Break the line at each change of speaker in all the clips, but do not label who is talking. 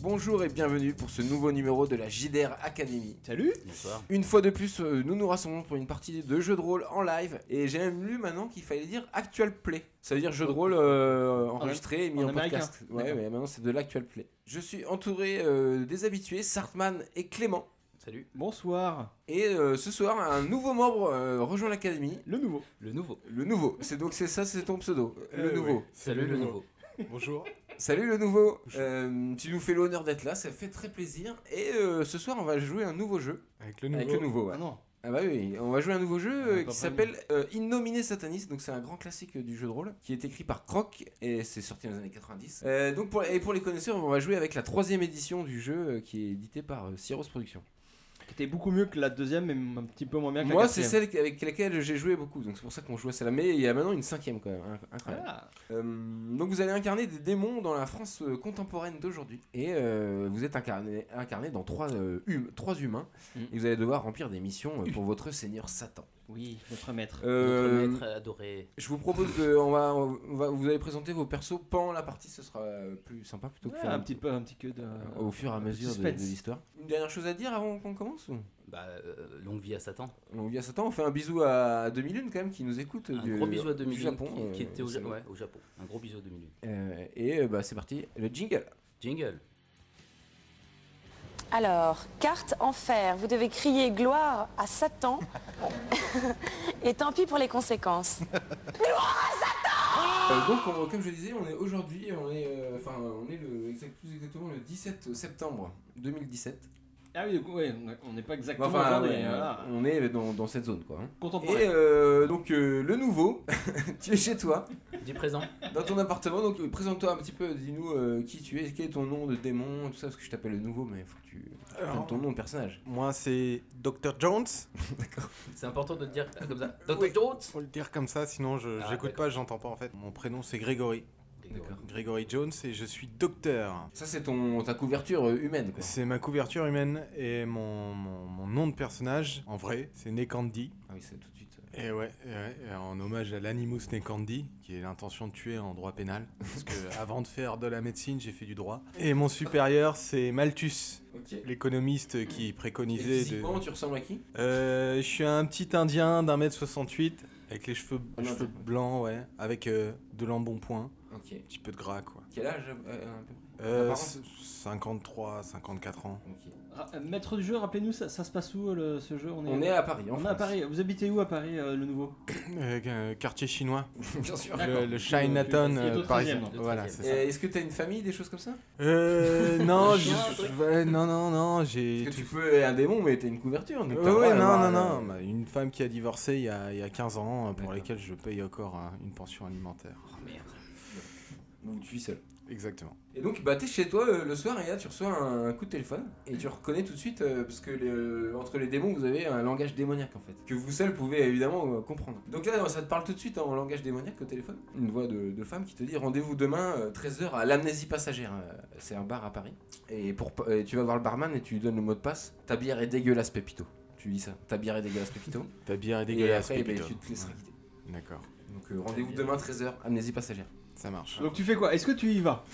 Bonjour et bienvenue pour ce nouveau numéro de la JDR Academy.
Salut
Bonsoir.
Une fois de plus, euh, nous nous rassemblons pour une partie de jeux de rôle en live et j'ai même lu maintenant qu'il fallait dire actual play. Ça veut dire jeu de rôle euh, enregistré et mis
en
en,
américain.
podcast. Ouais,
D'accord.
mais maintenant c'est de l'actual play. Je suis entouré euh, des habitués, Sartman et Clément.
Salut.
Bonsoir
Et euh, ce soir, un nouveau membre euh, rejoint l'académie.
Le nouveau
Le nouveau.
Le nouveau. C'est donc c'est ça, c'est ton pseudo. Le
Euh,
nouveau.
oui.
Salut le nouveau.
Bonjour.
Salut le nouveau. Euh, tu nous fais l'honneur d'être là, ça fait très plaisir. Et euh, ce soir, on va jouer un nouveau jeu.
Avec le nouveau.
Avec le nouveau. ouais.
Ah non
Ah bah oui, on va jouer un nouveau jeu
On
euh,
est pas
qui
prêt,
s'appelle euh, Innominé Sataniste, donc c'est un grand classique euh, du jeu de rôle, qui est écrit par Croc, et c'est sorti dans les années 90. Euh, donc pour, et pour les connaisseurs, on va jouer avec la troisième édition du jeu, euh, qui est éditée par euh, Cyros Productions.
Qui était beaucoup mieux que la deuxième, mais un petit peu moins bien que
Moi,
la
c'est
quatrième.
celle avec laquelle j'ai joué beaucoup, donc c'est pour ça qu'on joue à celle-là, mais il y a maintenant une cinquième quand même, inc- incroyable.
Ah,
Euh, donc vous allez incarner des démons dans la France euh, contemporaine d'aujourd'hui et euh, vous êtes incarné, incarné dans trois, euh, hum- trois humains
Mm.
et vous allez devoir remplir des missions euh, pour votre seigneur Satan.
oui, notre maître.
Euh,
Notre maître adoré.
je vous propose de, on va, on va- vous allez présenter vos persos pendant la partie, ce sera euh, plus sympa plutôt que
Ouais,
faire Oh.
Ah, un
une- euh,
petit peu, un petit queue de...
au fur et à
un petit
mesure de, de
suspense.
l'histoire. Une dernière chose à dire avant qu'on commence ou
Bah, euh, longue vie à Satan.
On vient à Satan, on fait un bisou à Demi-Lune quand même qui nous écoute
Un
du,
gros bisou à
Euh, du
2000
Japon.
qui, qui
euh,
était au, Ja-
salut.
ouais, au Japon. Un gros bisou à 2000.
Euh, et euh, bah, c'est parti, le jingle.
Jingle.
Alors, carte enfer, vous devez crier gloire à Satan. Et tant pis pour les conséquences.
Euh, donc, on- comme je le disais, on est aujourd'hui, on est, euh, enfin, on est le, exact- plus exactement le 17 septembre 2017.
Ah oui, donc, ouais, on n'est pas exactement
Enfin,
genre des-
ouais,
voilà,
on est dans, dans cette zone, quoi. hein.
contemporain.
Et euh, donc, euh, le nouveau, tu es chez toi,
Du présent.
dans ton appartement, donc euh, présente-toi un petit peu, dis-nous euh, qui tu es, quel est ton nom de démon, tout ça, parce que je t'appelle le nouveau, mais faut que tu prennes ton nom de personnage.
Moi, c'est Dr. Jones.
C'est important de le dire euh, comme ça. Dr.
Oui.
Jones
Faut le dire comme ça, sinon je
Ah,
j'écoute
d'accord.
pas, j'entends pas en fait. Mon prénom, c'est Grégory. Grégory Jones et je suis docteur.
Ça, c'est ton ta couverture euh, humaine, quoi.
C'est ma couverture humaine et mon, mon- mon nom de personnage, en vrai, c'est Nekandi.
Ah oui, c'est tout de suite. euh,
Et ouais, et ouais, et en hommage à l'animus Nekandi, qui est l'intention de tuer en droit pénal. Parce que avant de faire de la médecine, j'ai fait du droit. Et mon supérieur, c'est Malthus,
Ok.
l'économiste qui
Et
préconisait de.
euh. physiquement, tu ressembles à qui
Euh, je suis un petit indien d'un mètre 68 avec les cheveux,
Ah non,
cheveux
t'as-
blancs, ouais, avec euh, de l'embonpoint,
Ok.
un petit peu de gras quoi.
Quel âge euh, à peu près
Euh,
Apparence.
c- 53, 54 ans.
Ok.
Ra- euh, maître du jeu, rappelez-nous, ça, ça se passe où le- ce jeu
On est à Paris, en
on est
France.
à Paris. Vous habitez où à Paris, euh, le nouveau
Euh, euh, quartier chinois,
Bien sûr.
le, le
Le-
Chinatown
le
euh,
troisième,
parisien.
le
troisième.
Voilà, c'est
Et
ça.
Est-ce que t'as une famille, des choses comme ça
Euh, non,
Le
je-
chinois, un
je-
truc.
ouais, non, non, non, j'ai.
Parce que
tout-
tu peux être un démon, mais t'as une couverture. donc t'as
Ouais,
le droit
ouais, non,
d'avoir,
non, non,
euh,
bah, une femme qui a divorcé il y a, il y a 15 ans, euh, pour
D'accord.
laquelle je paye encore hein, une pension alimentaire.
Oh merde.
Donc tu vis seul.
Exactement.
Et donc, bah, t'es chez toi euh, le soir et là, tu reçois un coup de téléphone et tu reconnais tout de suite euh, parce que le- entre les démons, vous avez un langage démoniaque en fait que vous seul pouvez évidemment euh, comprendre. Donc là, ça te parle tout de suite hein, en langage démoniaque au téléphone. Une voix de, de femme qui te dit rendez-vous demain 13h à l'amnésie passagère. Euh, C'est un bar à Paris. Et pour et tu vas voir le barman et tu lui donnes le mot de passe. Ta bière est dégueulasse, Pépito. Tu dis ça. Ta bière est dégueulasse, Pépito.
Ta bière est
et
dégueulasse.
après, eh ben,
Pépito.
tu te laisseras
Ouais,
quitter.
D'accord,
Donc euh, rendez-vous demain 13h, amnésie passagère.
ça marche.
Donc tu fais quoi Est-ce que tu y vas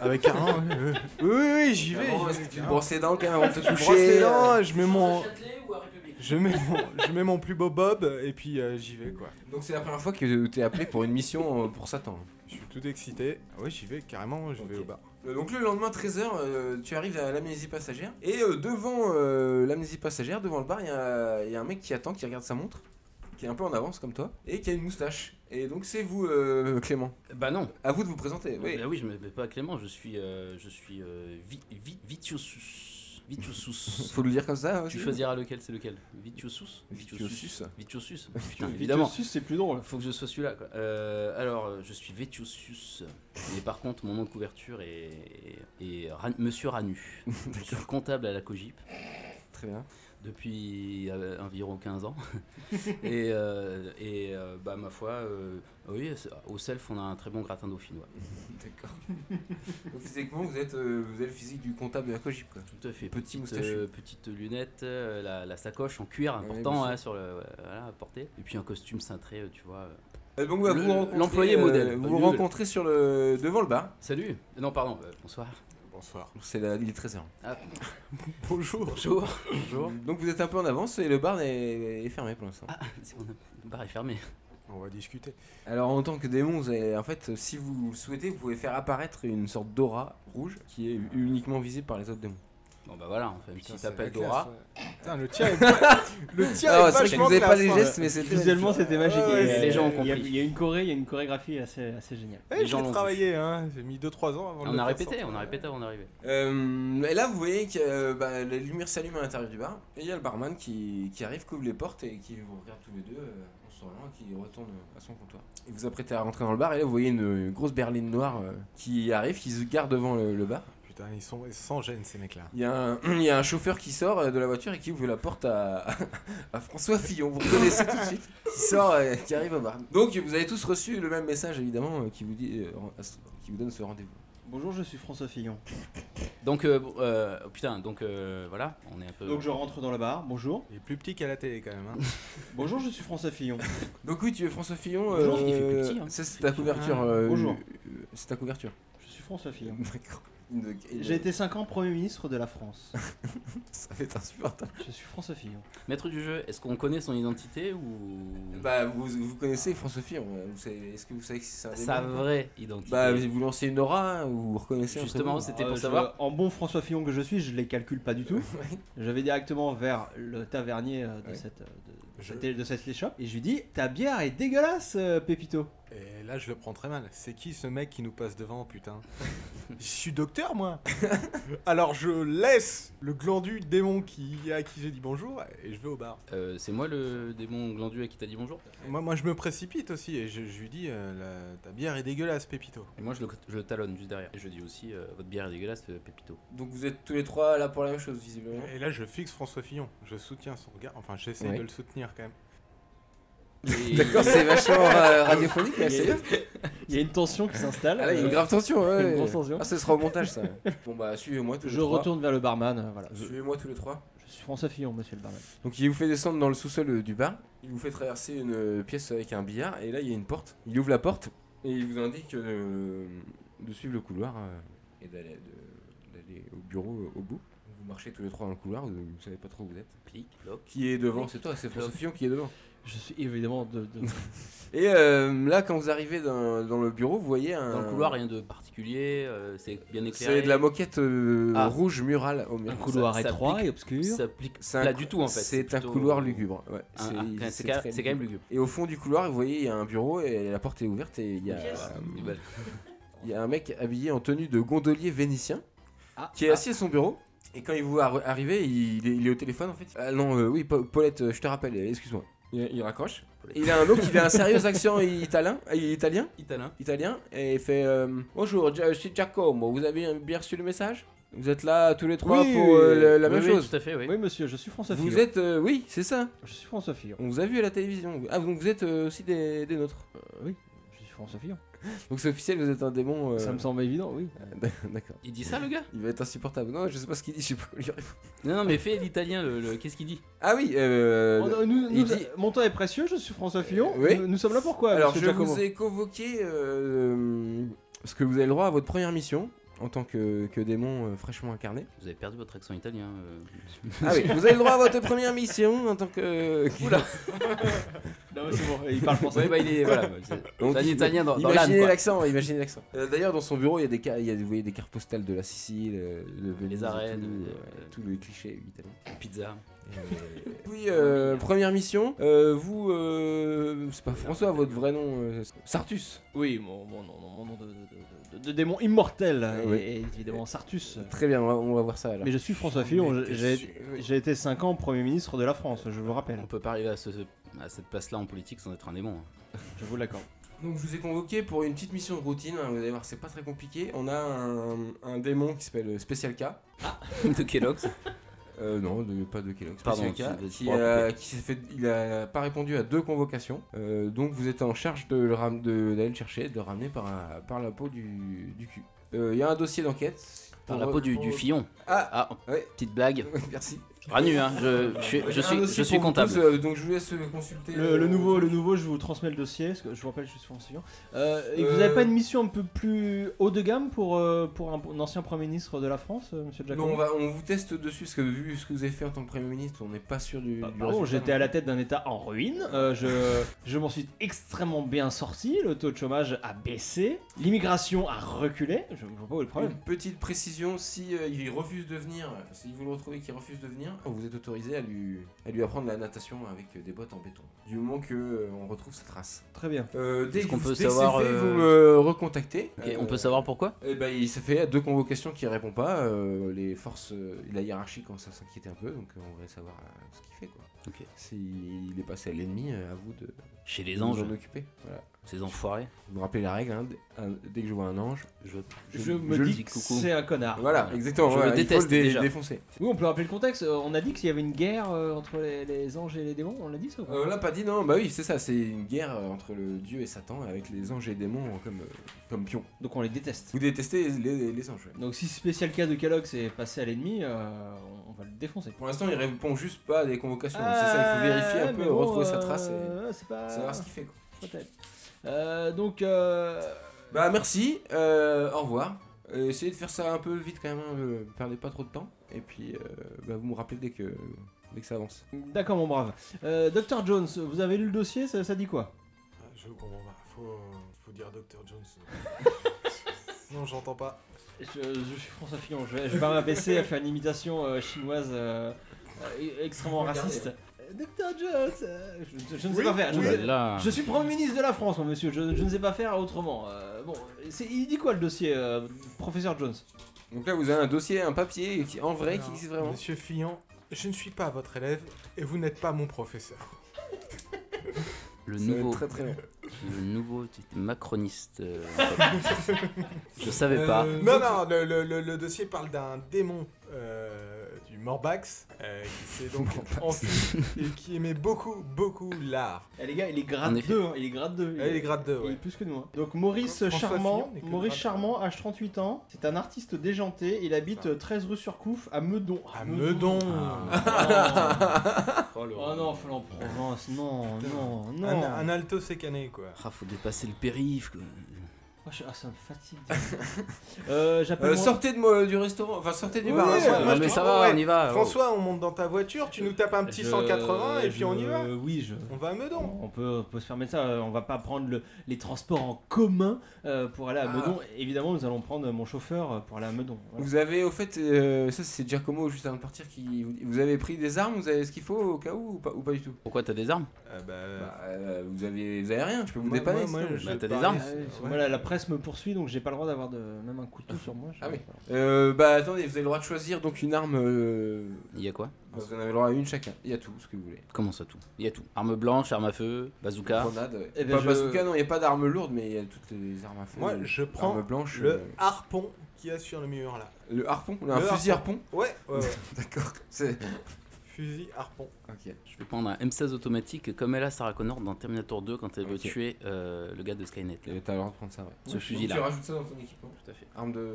Avec un oui, oui, oui, j'y vais.
Avant,
j'y
est-ce
vais.
que tu te brosses les dents quand même avant de te
Je
coucher
hein. brosse les
euh,
dents, je mets mon,
Châtelet ou à République
je mets mon, je mets mon plus beau bob et puis euh, j'y vais quoi.
Donc c'est la première fois que t'es appelé pour une mission euh, pour Satan.
Je suis tout excité. Ah Ouais, j'y vais carrément, je vais
Ok.
au bar.
Euh, Donc le lendemain 13h, tu arrives à l'amnésie passagère. Et euh, devant euh, l'amnésie passagère, devant le bar, il y a, il y a un mec qui attend, qui regarde sa montre, qui est un peu en avance comme toi, et qui a une moustache. Et donc c'est vous, euh, Clément.
Bah non.
À vous de vous présenter. Eh Oui.
Bah oui, je m'appelle pas Clément, je suis. euh, je suis. euh, Vi- Vi- Vitiusus. Vitiusus.
Faut le dire comme ça.
tu
aussi.
choisiras lequel, c'est lequel Vitiusus
Vitiusus.
Vitiusus. Putain, évidemment.
Vitius, c'est plus drôle.
Faut que je sois celui-là. quoi. Euh, alors, euh, je suis Vétiusus, mais par contre, mon nom de couverture est, est Ra- Monsieur Ranu. je suis comptable à la Cogip
Très bien.
depuis euh, environ 15 ans. et euh, et, euh, bah, ma foi, euh, oui, c'est- au self, on a un très bon gratin dauphinois.
D'accord. Donc, Physiquement, vous êtes, euh, vous avez le physique du comptable de la Cogip. Quoi.
Tout à fait.
Petit
petite,
moustachu.
petite lunette, euh, la, la sacoche en cuir,
Ouais,
important,
bien sûr.
hein, sur le, ouais, voilà, à porter. Et puis un costume cintré, euh, tu vois. euh.
Euh, donc bah,
Le-
vous rencontrez, euh,
l'employé modèle.
Vous
Pas
vous
du modèle.
rencontrez sur le devant le bar.
Salut Non, pardon, euh, bonsoir.
Bonsoir.
C'est la- Il est 13h.
Bonjour.
Bonjour.
Donc vous êtes un peu en avance et le bar n'est- est fermé pour l'instant.
Le bar est fermé.
On va discuter.
Alors en tant que démon, vous avez- en fait, si vous le souhaitez, vous pouvez faire apparaître une sorte d'aura rouge qui est uniquement visible par les autres démons.
Bon bah voilà, on fait une
Putain,
petite
c'est la
appel
classe,
hein.
Dora.
ouais. Putain, le tien est pas- Le tien
Ah, c'est vrai que
est
vous
vachement
avez pas
classe,
les
hein.
gestes, mais c'est très
Visuellement, c'était magique.
Ouais,
Et
ouais,
les gens ont
il y a-
compris.
Il y a une choré, il y a une chorégraphie assez, assez géniale.
Ouais,
Les
Eh, j'ai
gens l'ont
travaillé, hein. J'ai mis 2-3 ans avant de
On
le
a
faire
répété,
sortir.
on a répété avant d'arriver.
Euh, et là, vous voyez que euh, bah, les lumières s'allument à l'intérieur du bar. Et il y a le barman qui, qui arrive, couvre les portes et qui vous regarde tous les deux euh, en souriant et qui retourne euh, à son comptoir. Et vous apprêtez à rentrer dans le bar. Et là, vous voyez une, une grosse berline noire euh, qui arrive, qui se gare devant le, le bar.
Putain, ils sont sans gêne ces mecs-là.
Il y, a un, il y a un chauffeur qui sort euh, de la voiture et qui ouvre la porte à, à François Fillon. Vous reconnaissez tout de suite. Qui sort, euh, qui arrive au bar. Donc, vous avez tous reçu le même message, évidemment, euh, qui, vous dit, euh, ren- à ce- qui vous donne ce rendez-vous.
Bonjour, je suis François Fillon.
Donc euh, bon, euh, oh, putain, donc euh, voilà, on est un peu.
Donc je rentre dans le bar. Bonjour.
Il est plus petit qu'à la télé quand même. Hein.
Bonjour, je suis François Fillon.
Donc oui, tu es François Fillon. euh,
Bonjour, il fait plus petit, hein.
Ça, c'est ta couverture. euh,
Bonjour.
euh, c'est ta couverture.
Je suis François Fillon.
D'accord. Une- une-
J'ai été 5 ans Premier ministre de la France.
Ça fait insupportable.
Je suis François Fillon.
Maître du jeu, est-ce qu'on connaît son identité ou
Bah, vous, vous connaissez François Fillon. euh, vous savez- Est-ce que vous savez que c'est un
sa
démon
vraie identité
Bah, vous vous lancez une aura, hein, ou vous reconnaissez un
Justement,
peu.
c'était
Euh,
pour
je-
savoir.
En bon François Fillon que je suis, je les calcule pas du tout.
Ouais.
Je vais directement vers le tavernier euh, de
Ouais.
cette euh, de, de
Je-
cette- de cette little shop et je lui dis ta bière est dégueulasse, euh, Pépito.
Et là, je le prends très mal. C'est qui ce mec qui nous passe devant, putain Je suis docteur, moi Alors je laisse le glandu démon qui, à qui j'ai dit bonjour et je vais au bar.
Euh, c'est moi le démon glandu à qui t'a dit bonjour
Moi, moi je me précipite aussi et je, je lui dis euh, la- ta bière est dégueulasse, Pépito.
Et moi je le, je le talonne juste derrière. Et je dis aussi euh, votre bière est dégueulasse, euh, Pépito.
Donc vous êtes tous les trois là pour la même chose, visiblement.
Et là, je fixe François Fillon. Je soutiens son regard. Enfin, j'essaie
Ouais.
de le soutenir quand même.
Et-
D'accord, c'est vachement euh, radiophonique, mais
Ah, Il y a-
c'est bien.
Il y a une tension qui s'installe.
Ah là, il y a
euh,
une grave tension, ouais.
Une grosse tension.
Ah, ce sera au montage, ça. bon, bah, suivez-moi tous les
je
trois.
retourne vers le barman. euh, Voilà. Je,
Suivez-moi tous les trois.
je suis François Fillon, monsieur le barman.
Donc il vous fait descendre dans le sous-sol euh, du bar, il vous fait traverser une euh, pièce avec un billard, et là il y a une porte. Il ouvre la porte et il vous indique euh, de suivre le couloir euh, et d'aller de- d'aller au bureau euh, au bout. Vous marchez tous les trois dans le couloir, vous ne savez pas trop où vous êtes.
Clic, cloc.
Qui est devant C'est toi, c'est François Fillon qui est devant.
Je suis évidemment de, de-
Et euh, là, quand vous arrivez dans, dans le bureau, vous voyez un.
Dans le couloir, rien de particulier, euh, c'est bien éclairé.
Euh. C'est de la moquette euh,
Ah.
rouge murale au mur.
un couloir
ça
étroit
pique.
et obscur.
Ça plique
C'est un
pas
cou-
du tout en fait.
C'est un
plutôt-
couloir lugubre. ouais.
Un- un-
C'est-
C'est
c'est
quand
très
c'est quand même
lugubre.
lugubre.
Et au fond du couloir, vous voyez, il y a un bureau et la porte est ouverte et il y a, euh,
Et bah,
il y a un mec habillé en tenue de gondolier vénitien
Ah,
qui est assis à son bureau. Et quand il vous voit arri- arriver, il est, il est au téléphone en fait. Ah non, euh, oui, Pa- Paulette, euh, je te rappelle, euh, excuse-moi. Il, il raccroche. Et il a un autre, il a un sérieux accent italien, euh, italien,
Italien.
italien, et il fait euh, Bonjour, je suis Giacomo, vous avez bien reçu le message Vous êtes là tous les trois
Oui,
pour euh,
oui,
la, la
Oui,
même
oui,
chose
Tout à fait, oui.
Oui monsieur, je suis François
Vous
Fillon.
êtes, euh, oui, c'est ça,
Je suis François Fillon.
on vous a vu à la télévision. Ah, donc vous êtes euh, aussi des, des nôtres.
Euh, oui, je suis François Fillon.
Donc c'est officiel, vous êtes un démon. euh,
Ça me semble évident, oui.
D'accord.
Il dit ça le gars
Il va être insupportable. Non, je sais pas ce qu'il dit, je sais pas quoi lui répondre.
Non, non, mais fais l'italien, le, le- qu'est-ce qu'il dit
Ah oui, euh.
Oh, nous-
il
nous-
dit-
Mon temps est précieux, je suis François Fillon.
Euh, oui.
Nous, nous sommes là pourquoi
Alors,
monsieur
je
Giacomo
vous ai convoqué euh, parce que vous avez le droit à votre première mission en tant que, que démon euh, fraîchement incarné.
Vous avez perdu votre accent italien. euh.
Ah oui, vous avez le droit à votre première mission en tant que. Oula
Non, mais c'est bon, il parle français.
Ouais, bah, il est. Voilà. c'est- C'est un italien dans, dans l'âme,
Imaginez
quoi.
l'accent, imaginez l'accent. Euh, D'ailleurs, dans son bureau, il y a des, ca- il y a, vous voyez, des cartes postales de la Sicile, euh, de Venise, et
arènes,
tout,
euh,
ouais, tout le cliché italien.
Pizza.
Oui, euh, première mission. euh, vous, euh, c'est pas François, votre vrai nom, euh, Sartus.
Oui, mon, mon nom, mon nom de, de- de- de- de démon immortel, et,
Oui.
et évidemment Sartus.
Très bien, on va, on va voir ça alors.
Mais je suis François Fillon,
Mais
je-
t'es
j'ai
sûr, oui.
j'ai été 5 ans Premier ministre de la France, je vous rappelle,
On peut pas arriver à, ce- à cette place-là en politique sans être un démon. hein.
je vous l'accorde.
Donc je vous ai convoqué pour une petite mission de routine, hein, vous allez voir, c'est pas très compliqué. On a un, un démon qui s'appelle euh, Special K.
de Kellogg's.
Euh, non, de- pas de Kellogg.
Pardon, euh,
Special K,
c'est- c'est
qui,
pour
a-
raconter.
qui s'est fait, il a pas répondu à deux convocations. Euh, donc vous êtes en charge de le ram- de- d'aller le chercher, et de le ramener par, un- par la peau du, du cul. Euh, Il y a un dossier d'enquête.
Par
pour-
la peau du,
pour-
du fillon.
Ah,
Ah,
ouais.
petite blague.
Merci.
Ranu, hein, je, je suis, je
Un
suis,
dossier
je suis
Ah, pour vous
comptable.
tous, euh, donc je vous laisse euh, consulter.
Le, le nouveau, le nouveau, je vous transmets le dossier, parce que je vous rappelle, je suis souvent enseignant. Euh, et vous
Euh.
n'avez pas une mission un peu plus haut de gamme pour, euh, pour un, un ancien Premier ministre de la France, euh, monsieur
Non, on,
Giacomo
va, on vous teste dessus parce que vu ce que vous avez fait en tant que Premier ministre, on n'est pas sûr du.
Bah,
du
pardon,
résultat.
j'étais à la tête d'un État en ruine. euh, je je m'en suis extrêmement bien sorti. Le taux de chômage a baissé. L'immigration a reculé. Je ne vois pas où est le problème.
Une petite précision, si euh, il refuse de venir, euh, si vous le retrouvez qui refuse de venir, vous êtes autorisé à lui, à lui apprendre la natation avec euh, des bottes en béton. Du moment que euh, on retrouve sa trace.
Très bien.
Euh, dès
Est-ce
que
qu'on
vous-
peut
dès que
savoir,
c'est fait,
euh,
vous me recontactez.
Ok, on
Euh,
peut savoir pourquoi
Eh ben, il s'est fait à deux convocations qui répond pas. euh, les forces, euh, la hiérarchie commence à s'inquiéter un peu, donc euh, on voudrait savoir euh, ce qu'il fait quoi.
Ok.
S'il est passé à l'ennemi, euh, à vous de
Chez
de
les
vous
anges,
en occuper. Voilà.
ces enfoirés.
Vous me rappelez la règle, hein, d- un- dès que je vois un ange.
Je,
Je,
je
me
le
dis
dis
que
coucou.
c'est un connard.
Voilà, exactement.
Ah. Je
voilà,
le
il faut
déteste
dé-
déjà.
défoncer.
Oui, on peut rappeler le contexte. euh, On a dit qu'il y avait une guerre euh, entre les, les anges et les démons. On l'a dit ça ou pas
Euh, on l'a pas dit, non, bah oui, c'est ça, c'est une guerre euh, entre le dieu et Satan, avec les anges et les démons euh, comme, euh, comme pions.
Donc on les déteste.
Vous détestez les, les- les anges, ouais.
Donc si spécial cas de Calog c'est passé à l'ennemi, euh, on, on va le défoncer.
Pour l'instant, il répond juste pas à des convocations, donc c'est ça, il faut vérifier un
Ah,
peu,
mais bon,
retrouver sa
euh,
trace et
ouais, C'est pas.
savoir ce qu'il fait. quoi.
peut-être. Euh, donc. euh,
Bah merci, euh, au revoir. Euh, essayez de faire ça un peu vite quand même, hein, euh, perdez pas trop de temps, et puis euh, bah, vous me rappelez dès que, dès que ça avance.
D'accord, mon brave. Euh, Dr. Jones, vous avez lu le dossier, ça, ça dit quoi
Je comprends pas. Faut, faut dire Dr. Jones. non, j'entends pas.
je, suis François Fillon, je vais, pas m'abaisser à faire une imitation euh, chinoise euh, extrêmement raciste. Dr. Jones euh, je, je ne sais
Oui,
pas
Ah,
faire. Je, ne
oui.
sais-
oh Là,
je suis Premier ministre de la France, mon monsieur, je, je ne sais pas faire autrement. Euh, bon, c'est- il dit quoi le dossier, euh, professeur Jones
Donc là, vous avez un dossier, un papier qui, en vrai qui
Alors,
existe vraiment.
Monsieur Fillon, je ne suis pas votre élève et vous n'êtes pas mon professeur.
le
Ça va être
nouveau,
très très long.
le nouveau macroniste. euh, je savais pas.
Euh,
Non,
donc-
non, le, le- le- le dossier parle d'un démon euh, du Morbax euh, qui s'est donc
Morbax.
enfui et qui aimait beaucoup, beaucoup l'art.
Eh, Les gars, il est
En
grade
effet.
2, hein, il est grade 2.
Elle est grade 2,
Il est
ouais.
plus que nous. hein. Donc Maurice
François
Charmant,
Fillon n'est que
Maurice
grave.
Charmant, âge 38 ans, c'est un artiste déjanté, il habite euh, 13 rue Surcouf à Meudon.
À Meudon
Ah.
Oh,
Oh, le-
Oh non, Flan Provence, non, non, non.
Un, un alto sécané, quoi.
Ah, faut dépasser le périph. quoi.
Oh, je- ah, ça me fatigue. euh, j'appelle
Euh,
mon-
sortez de, mo- du restaurant, enfin sortez du
Oui,
bar. hein,
oui,
soit-
moi,
Non,
je
mais
te
ça
comprends,
va,
ouais.
on y va. oh.
François, on monte dans ta voiture, tu nous tapes un petit
Je-
180 et puis on y
je-
va.
Oui, je.
On va à Meudon.
On peut, on peut se permettre ça, euh, on va pas prendre le- les transports en commun euh, pour aller à
Ah.
Meudon. Évidemment, nous allons prendre mon chauffeur euh, pour aller à Meudon. Voilà.
Vous avez au fait, euh, ça c'est Giacomo juste avant de partir qui. Vous avez pris des armes, vous avez ce qu'il faut au cas où ou pas, ou pas du tout
Pourquoi t'as des armes
Ah bah,
Bah, euh, vous, avez, vous avez rien, je peux vous
moi-
dépanner.
moi-
sinon.
moi, je
Bah, t'as des
parlais-
armes
Ah oui, parce que
Ouais.
moi, la, la presse me poursuit donc j'ai pas le droit d'avoir de, même un couteau sur moi. je-
Ah oui.
voilà.
Euh, bah attendez, vous avez le droit de choisir donc une arme. euh,
Il y a quoi
bah, vous en avez le droit à une chacun. Il y a tout ce que vous voulez.
Comment ça tout Il y a tout. Arme blanche, arme à feu, bazooka.
Grenade. euh,
Eh ben,
pas
je-
bazooka, non, il n'y a pas d'arme lourde, mais il y a toutes les armes à feu.
Moi,
euh,
je prends
armes blanches,
le
euh,
harpon qu'il y a sur le mur là.
le harpon, un
le
fusil harpon.
Ouais, ouais, ouais.
D'accord. C'est.
Fusil, harpon.
Ok.
Je vais prendre un M16 automatique comme elle a Sarah Connor dans Terminator 2 quand elle veut
Ok.
tuer euh, le gars de Skynet. là.
Et T'as le droit de prendre ça, ouais.
Ce
Tu
fusil-là.
rajoutes ça dans ton équipement.
Tout à fait.
Arme de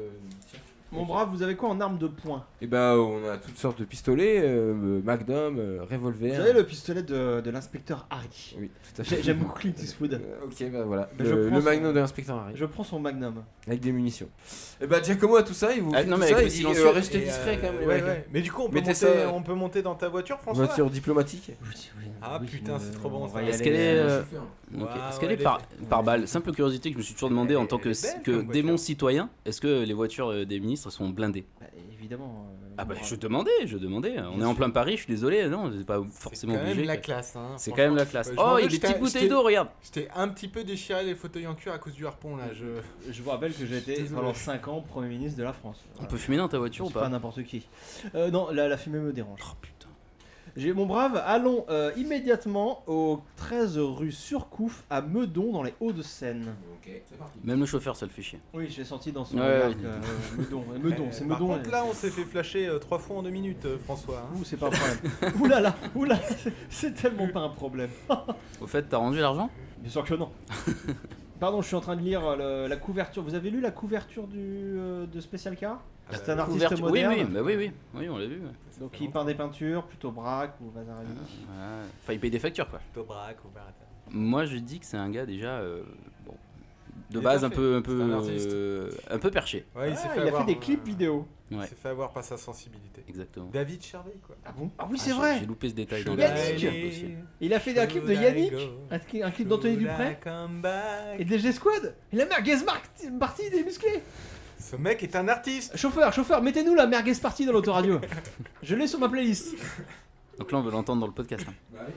tir.
Mon brave, vous avez quoi en arme de poing
Et bah on a toutes sortes de pistolets, euh, Magnum, euh, revolver.
Vous avez le pistolet de, de l'inspecteur Harry.
Oui, tout à fait.
J'ai- J'aime beaucoup Clint Eastwood.
Euh, ok, bah voilà.
Bah, je
le,
prends
le
son-
Magnum de l'inspecteur Harry.
Je prends son magnum.
Avec des munitions. Et bah Giacomo a tout ça, il vous
Ah,
fait
non,
tout
mais
ça,
avec
il
le
dit
silencieux
euh, restez
Et, euh,
discret quand même. les
ouais,
mecs. hein.
ouais. Mais du coup, on peut,
Mettez
monter,
ça-
on peut monter dans ta voiture, François
Voiture diplomatique.
Ah, putain, c'est trop bon, ça.
Est-ce qu'elle est, euh,
hein.
Ok.
Ouais,
Est-ce
ouais,
qu'elle
elle
est
est
par,
belle.
par balle Simple curiosité que je me suis toujours demandé
Elle
en
est-
tant que,
elle est belle
que
comme
démon
voiture.
citoyen, est-ce que les voitures euh, des ministres sont blindées
Bah, évidemment. euh,
Ah bah
mon
je
brave.
demandais, je demandais. On est en
sûr.
plein Paris, je suis désolé, euh, non, c'est pas forcément
C'est quand
obligé.
même la
quoi.
classe, hein.
C'est quand même la
franchement.
classe.
Je m'en
Oh, il y a
veux,
des
je t'ai-
petites
je
bouteilles
t'ai-
d'eau, regarde
J'étais un petit peu déchiré les fauteuils en cuir à cause du harpon là. Je...
Je vous rappelle que j'ai été
Désolé.
pendant 5 ans Premier ministre de la France.
On
Voilà.
peut fumer dans ta voiture ou
C'est pas
pas
n'importe qui. Euh, non, la, la fumée me dérange.
Oh putain.
J'ai mon brave, allons euh, immédiatement au 13 rue Surcouf à Meudon dans les Hauts-de-Seine.
Ok, c'est parti.
Même le chauffeur, ça le fait chier.
Oui, j'ai senti dans son
Ouais,
regard
ouais.
que, euh, Meudon, euh, Meudon, c'est
Eh, Par
Meudon.
contre
euh,
là, on s'est fait flasher euh, trois fois en deux minutes, euh, François. hein.
Ouh, c'est pas un problème. ouh là là, ouh là, c'est- c'est tellement pas un problème.
Au fait, t'as rendu l'argent
Bien sûr que non. Pardon, je suis en train de lire euh, le- la couverture. Vous avez lu la couverture du, euh, de Special K C'est un artiste
Ah bah, Couverture- Oui,
moderne.
oui, bah oui, oui, oui, on l'a vu. ouais.
Donc il peint des peintures, plutôt Braque ou Vasarely.
Ah. Ouais. Enfin, il paye des factures, quoi.
Dobrak ou Barata.
Moi, je dis que c'est un gars déjà, euh, bon,
Il
de
est
base un
parfait.
peu, un
C'est
peu,
un artiste.
euh, un peu perché.
Ouais, il s'est
Ah,
fait
il a
avoir,
fait des
euh,
clips vidéo.
Il
Ouais.
s'est fait avoir par sa sensibilité.
Exactement.
David Chervé, quoi.
Ah bon Ah oui,
Ah,
c'est
j'ai-
vrai
J'ai loupé ce détail dans le-
Yannick
dans le dossier.
Il a fait un clip de Yannick, un, cli- un clip d'Anthony Dupré et DG Squad. Et la merguez Mar- party des musclés
Ce mec est un artiste
Chauffeur, chauffeur, mettez-nous la merguez party dans l'autoradio. je l'ai sur ma playlist.
Donc là, on veut l'entendre dans le podcast. hein.
Bah oui.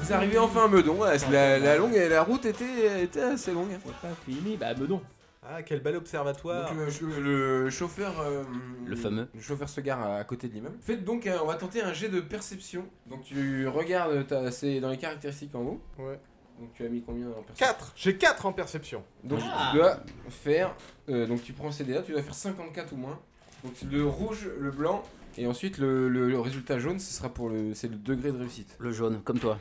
Vous arrivez enfin à Meudon, ouais, c'est la, la longue, la route était, était assez longue.
C'est pas fini, bah Meudon.
Ah, quel bel observatoire
Donc, euh, ch- le, chauffeur. euh,
Le fameux.
Le chauffeur se gare à, à côté de l'immeuble. Faites donc, euh, on va tenter un jet de perception. Donc tu regardes, t'as- c'est dans les caractéristiques en haut.
Ouais.
Donc tu as mis combien en perception
4 J'ai 4 en perception
Donc
Ah.
tu dois faire. euh, donc tu prends ces dés-là, tu dois faire 54 ou moins. Donc le rouge, le blanc, et ensuite le, le- le résultat jaune, ce sera pour le. C'est le degré de réussite.
Le jaune, comme toi.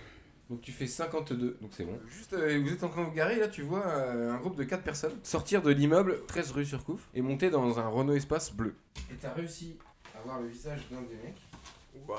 Donc tu fais 52, donc c'est bon. Juste, euh, vous êtes en train de vous garer, et là tu vois euh, un groupe de 4 personnes sortir de l'immeuble 13 rue Surcouf et monter dans un Renault Espace bleu. Et t'as réussi à voir le visage d'un des mecs.
Waouh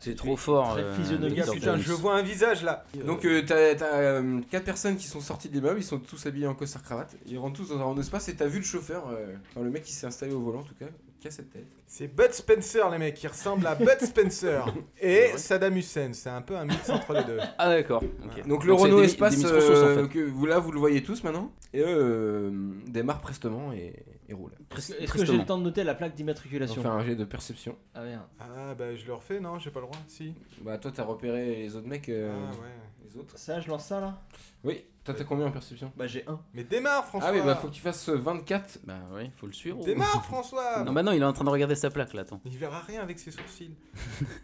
C'est trop fort.
très
euh,
physionomiste.
Dr.
Putain,
Jones.
je vois un visage là
Donc euh, t'as 4 personnes qui sont sorties de l'immeuble, ils sont tous habillés en costard cravate, ils rentrent tous dans un Renault Espace et t'as vu le chauffeur, euh, enfin, le mec qui s'est installé au volant en tout cas, qui a cette tête.
C'est Bud Spencer, les mecs, il ressemble à Bud Spencer et Saddam Hussein, c'est un peu un mix entre les deux.
Ah d'accord. ok.
Donc le
c'est
Renault
des mi-
Espace,
des Mistros, en
euh,
fait.
que vous là vous le voyez tous maintenant, et eux euh, démarre prestement et, et roule.
Est-ce que-
Trist-
est-ce que j'ai
tristement.
le temps de noter la plaque
On
d'immatriculation
fait un jet de perception.
Ah merde.
Ah bah je le refais, non J'ai pas le droit Si.
Bah toi t'as repéré les autres mecs. euh,
Ah ouais.
Les autres
Ça, je lance ça là
Oui, toi t'as combien en perception
Bah j'ai un.
Mais démarre François
Ah oui, bah faut que tu fasses euh, 24.
Bah oui, faut le suivre. ou-
Démarre François
Non, bah non, il est en train de regarder sa plaque là, attends.
Il verra rien avec ses sourcils.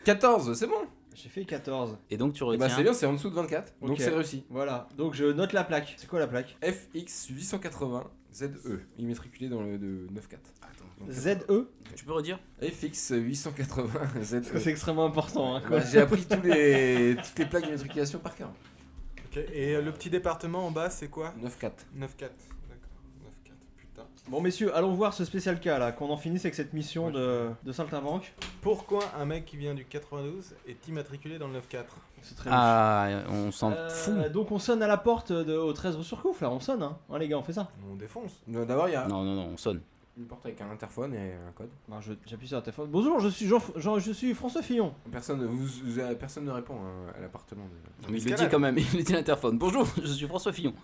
14, c'est bon
J'ai fait 14.
Et donc tu
Et
retiens.
Bah c'est bien, c'est en dessous de 24, donc
Ok.
c'est réussi.
Voilà, donc je note la plaque. C'est quoi la plaque
FX 880 ZE, E, immatriculé dans le de 94. Attends. donc,
ZE
Tu peux redire
FX 880
E C'est
ZE.
extrêmement important. Hein, quoi.
E. Bah, J'ai appris tous les, toutes les plaques d'immatriculation par cœur.
Ok, et euh, le petit département en bas, c'est quoi
94.
9-4. D'accord, 9-4, putain.
Bon messieurs, allons voir ce spécial cas là, qu'on en finisse avec cette mission de, de Saltimbanque.
Pourquoi un mec qui vient du 92 est immatriculé dans le 9-4
C'est très
Ah, on s'en
louche. Euh,
fout.
donc on sonne à la porte de, au 13 rue Surcouf là, on sonne hein. Hein, les gars, on fait ça.
On défonce.
Donc, Euh, D'abord, il y a
Non, non, non, on sonne.
une porte avec un interphone et un code.
Non, je- j'appuie sur le téléphone. Bonjour, je suis Jean, Jean- je suis François Fillon.
Personne, vous, vous- personne ne répond hein, à l'appartement. de-
Non, mais il le dit
Escalade.
quand même, il le dit à l'interphone. Bonjour, je suis François Fillon.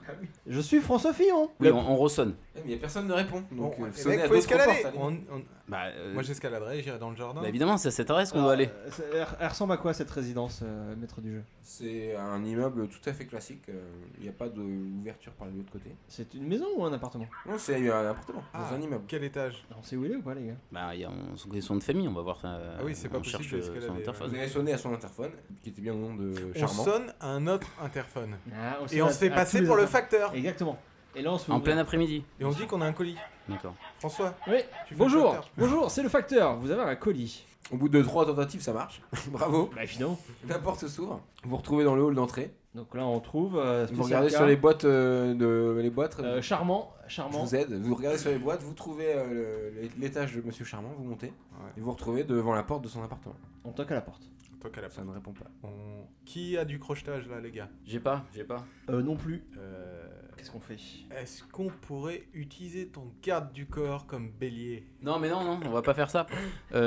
Je suis François Fillon.
Oui,
La-
on, on ressonne.
Eh, Mais personne ne répond. Donc,
bon,
euh,
les
sonnez
mecs,
à
eh, faut
d'autres
escalader
portes, allez.
On- on-
Bah, euh,
Moi j'escaladerai, j'irai dans le jardin.
bah, évidemment, c'est à cette adresse qu'on doit aller.
Euh, c'est- elle, elle ressemble à quoi cette résidence, euh, maître du jeu
C'est un immeuble tout à fait classique, euh, il n'y a pas d'ouverture par l'autre côté.
C'est une maison ou un appartement
Non, c'est un appartement,
Ah.
dans un immeuble.
Quel étage
On sait où il est ou pas les gars
Bah, il y a on- c'est une question de famille, on va voir. euh,
Ah oui, c'est pas
on
possible
cherche, euh,
d'escalader,
son
ouais.
Vous
interphone.
avez sonné à son interphone, qui était bien au nom de
On
Charmant.
sonne à un autre interphone.
Ah,
Et on
sonne
se fait
à- à
passer
tous les
pour le
appartements.
facteur.
Exactement. Et là on se fait
En
ouvrir.
plein après-midi.
Et on se dit qu'on a un colis.
D'accord.
François,
Oui.
tu fais le
Bonjour,
facteur.
bonjour, c'est le facteur. Vous avez un colis.
Au bout de trois tentatives, ça marche. Bravo.
Bah évidemment.
La porte s'ouvre. Vous vous retrouvez dans le hall d'entrée.
Donc là on trouve. euh,
Vous
spécial
regardez
cas.
sur les boîtes euh, de les boîtes.
Euh, charmant,
je
charmant.
vous aide. Vous regardez sur les boîtes, vous trouvez euh, le- l'étage de Monsieur Charmant, vous montez
Ouais.
et vous vous retrouvez devant la porte de son appartement.
On toque à la porte.
Toi qu'à la
Ça ne répond pas.
On- Qui a du crochetage là, les gars
J'ai pas, j'ai pas.
Euh, non plus.
Euh,
Qu'est-ce qu'on fait
Est-ce qu'on pourrait utiliser ton garde du corps comme bélier
Non, mais non, non, on va pas faire ça.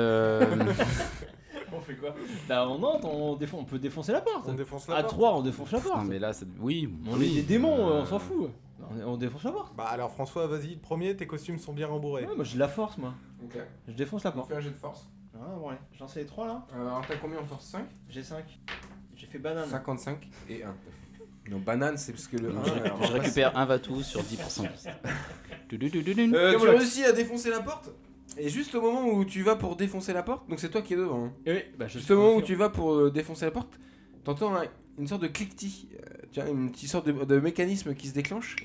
Euh,
On fait quoi Bah on entre, on, défon- on peut défoncer la porte.
On défonce la
Ah,
À
porte
3 on défonce la porte.
non, mais là, c'est. Oui,
On
oui,
est des démons,
euh,
on s'en fout. On, on défonce la porte.
Bah alors François, vas-y, le premier, tes costumes sont bien rembourrés.
Ouais, moi je la force moi.
Ok.
Je défonce la porte.
un jet de force. Euh,
Ah bon allez, j'en sais les 3 là.
Alors t'as combien en force 5
J'ai 5. J'ai fait banane.
55 et 1. Non, banane, c'est parce que le 1.
Je, récu- je récupère un Vatou sur 10%. Du- du- du- du- du.
Euh, tu réussis à défoncer la porte Et juste au moment où tu vas pour défoncer la porte, donc c'est toi qui es devant. hein.
Eh oui, bah je
Juste au moment où tu vas pour euh, défoncer la porte, t'entends un- une sorte de cliquetis, euh, tu vois, une petite sorte de, de mécanisme qui se déclenche.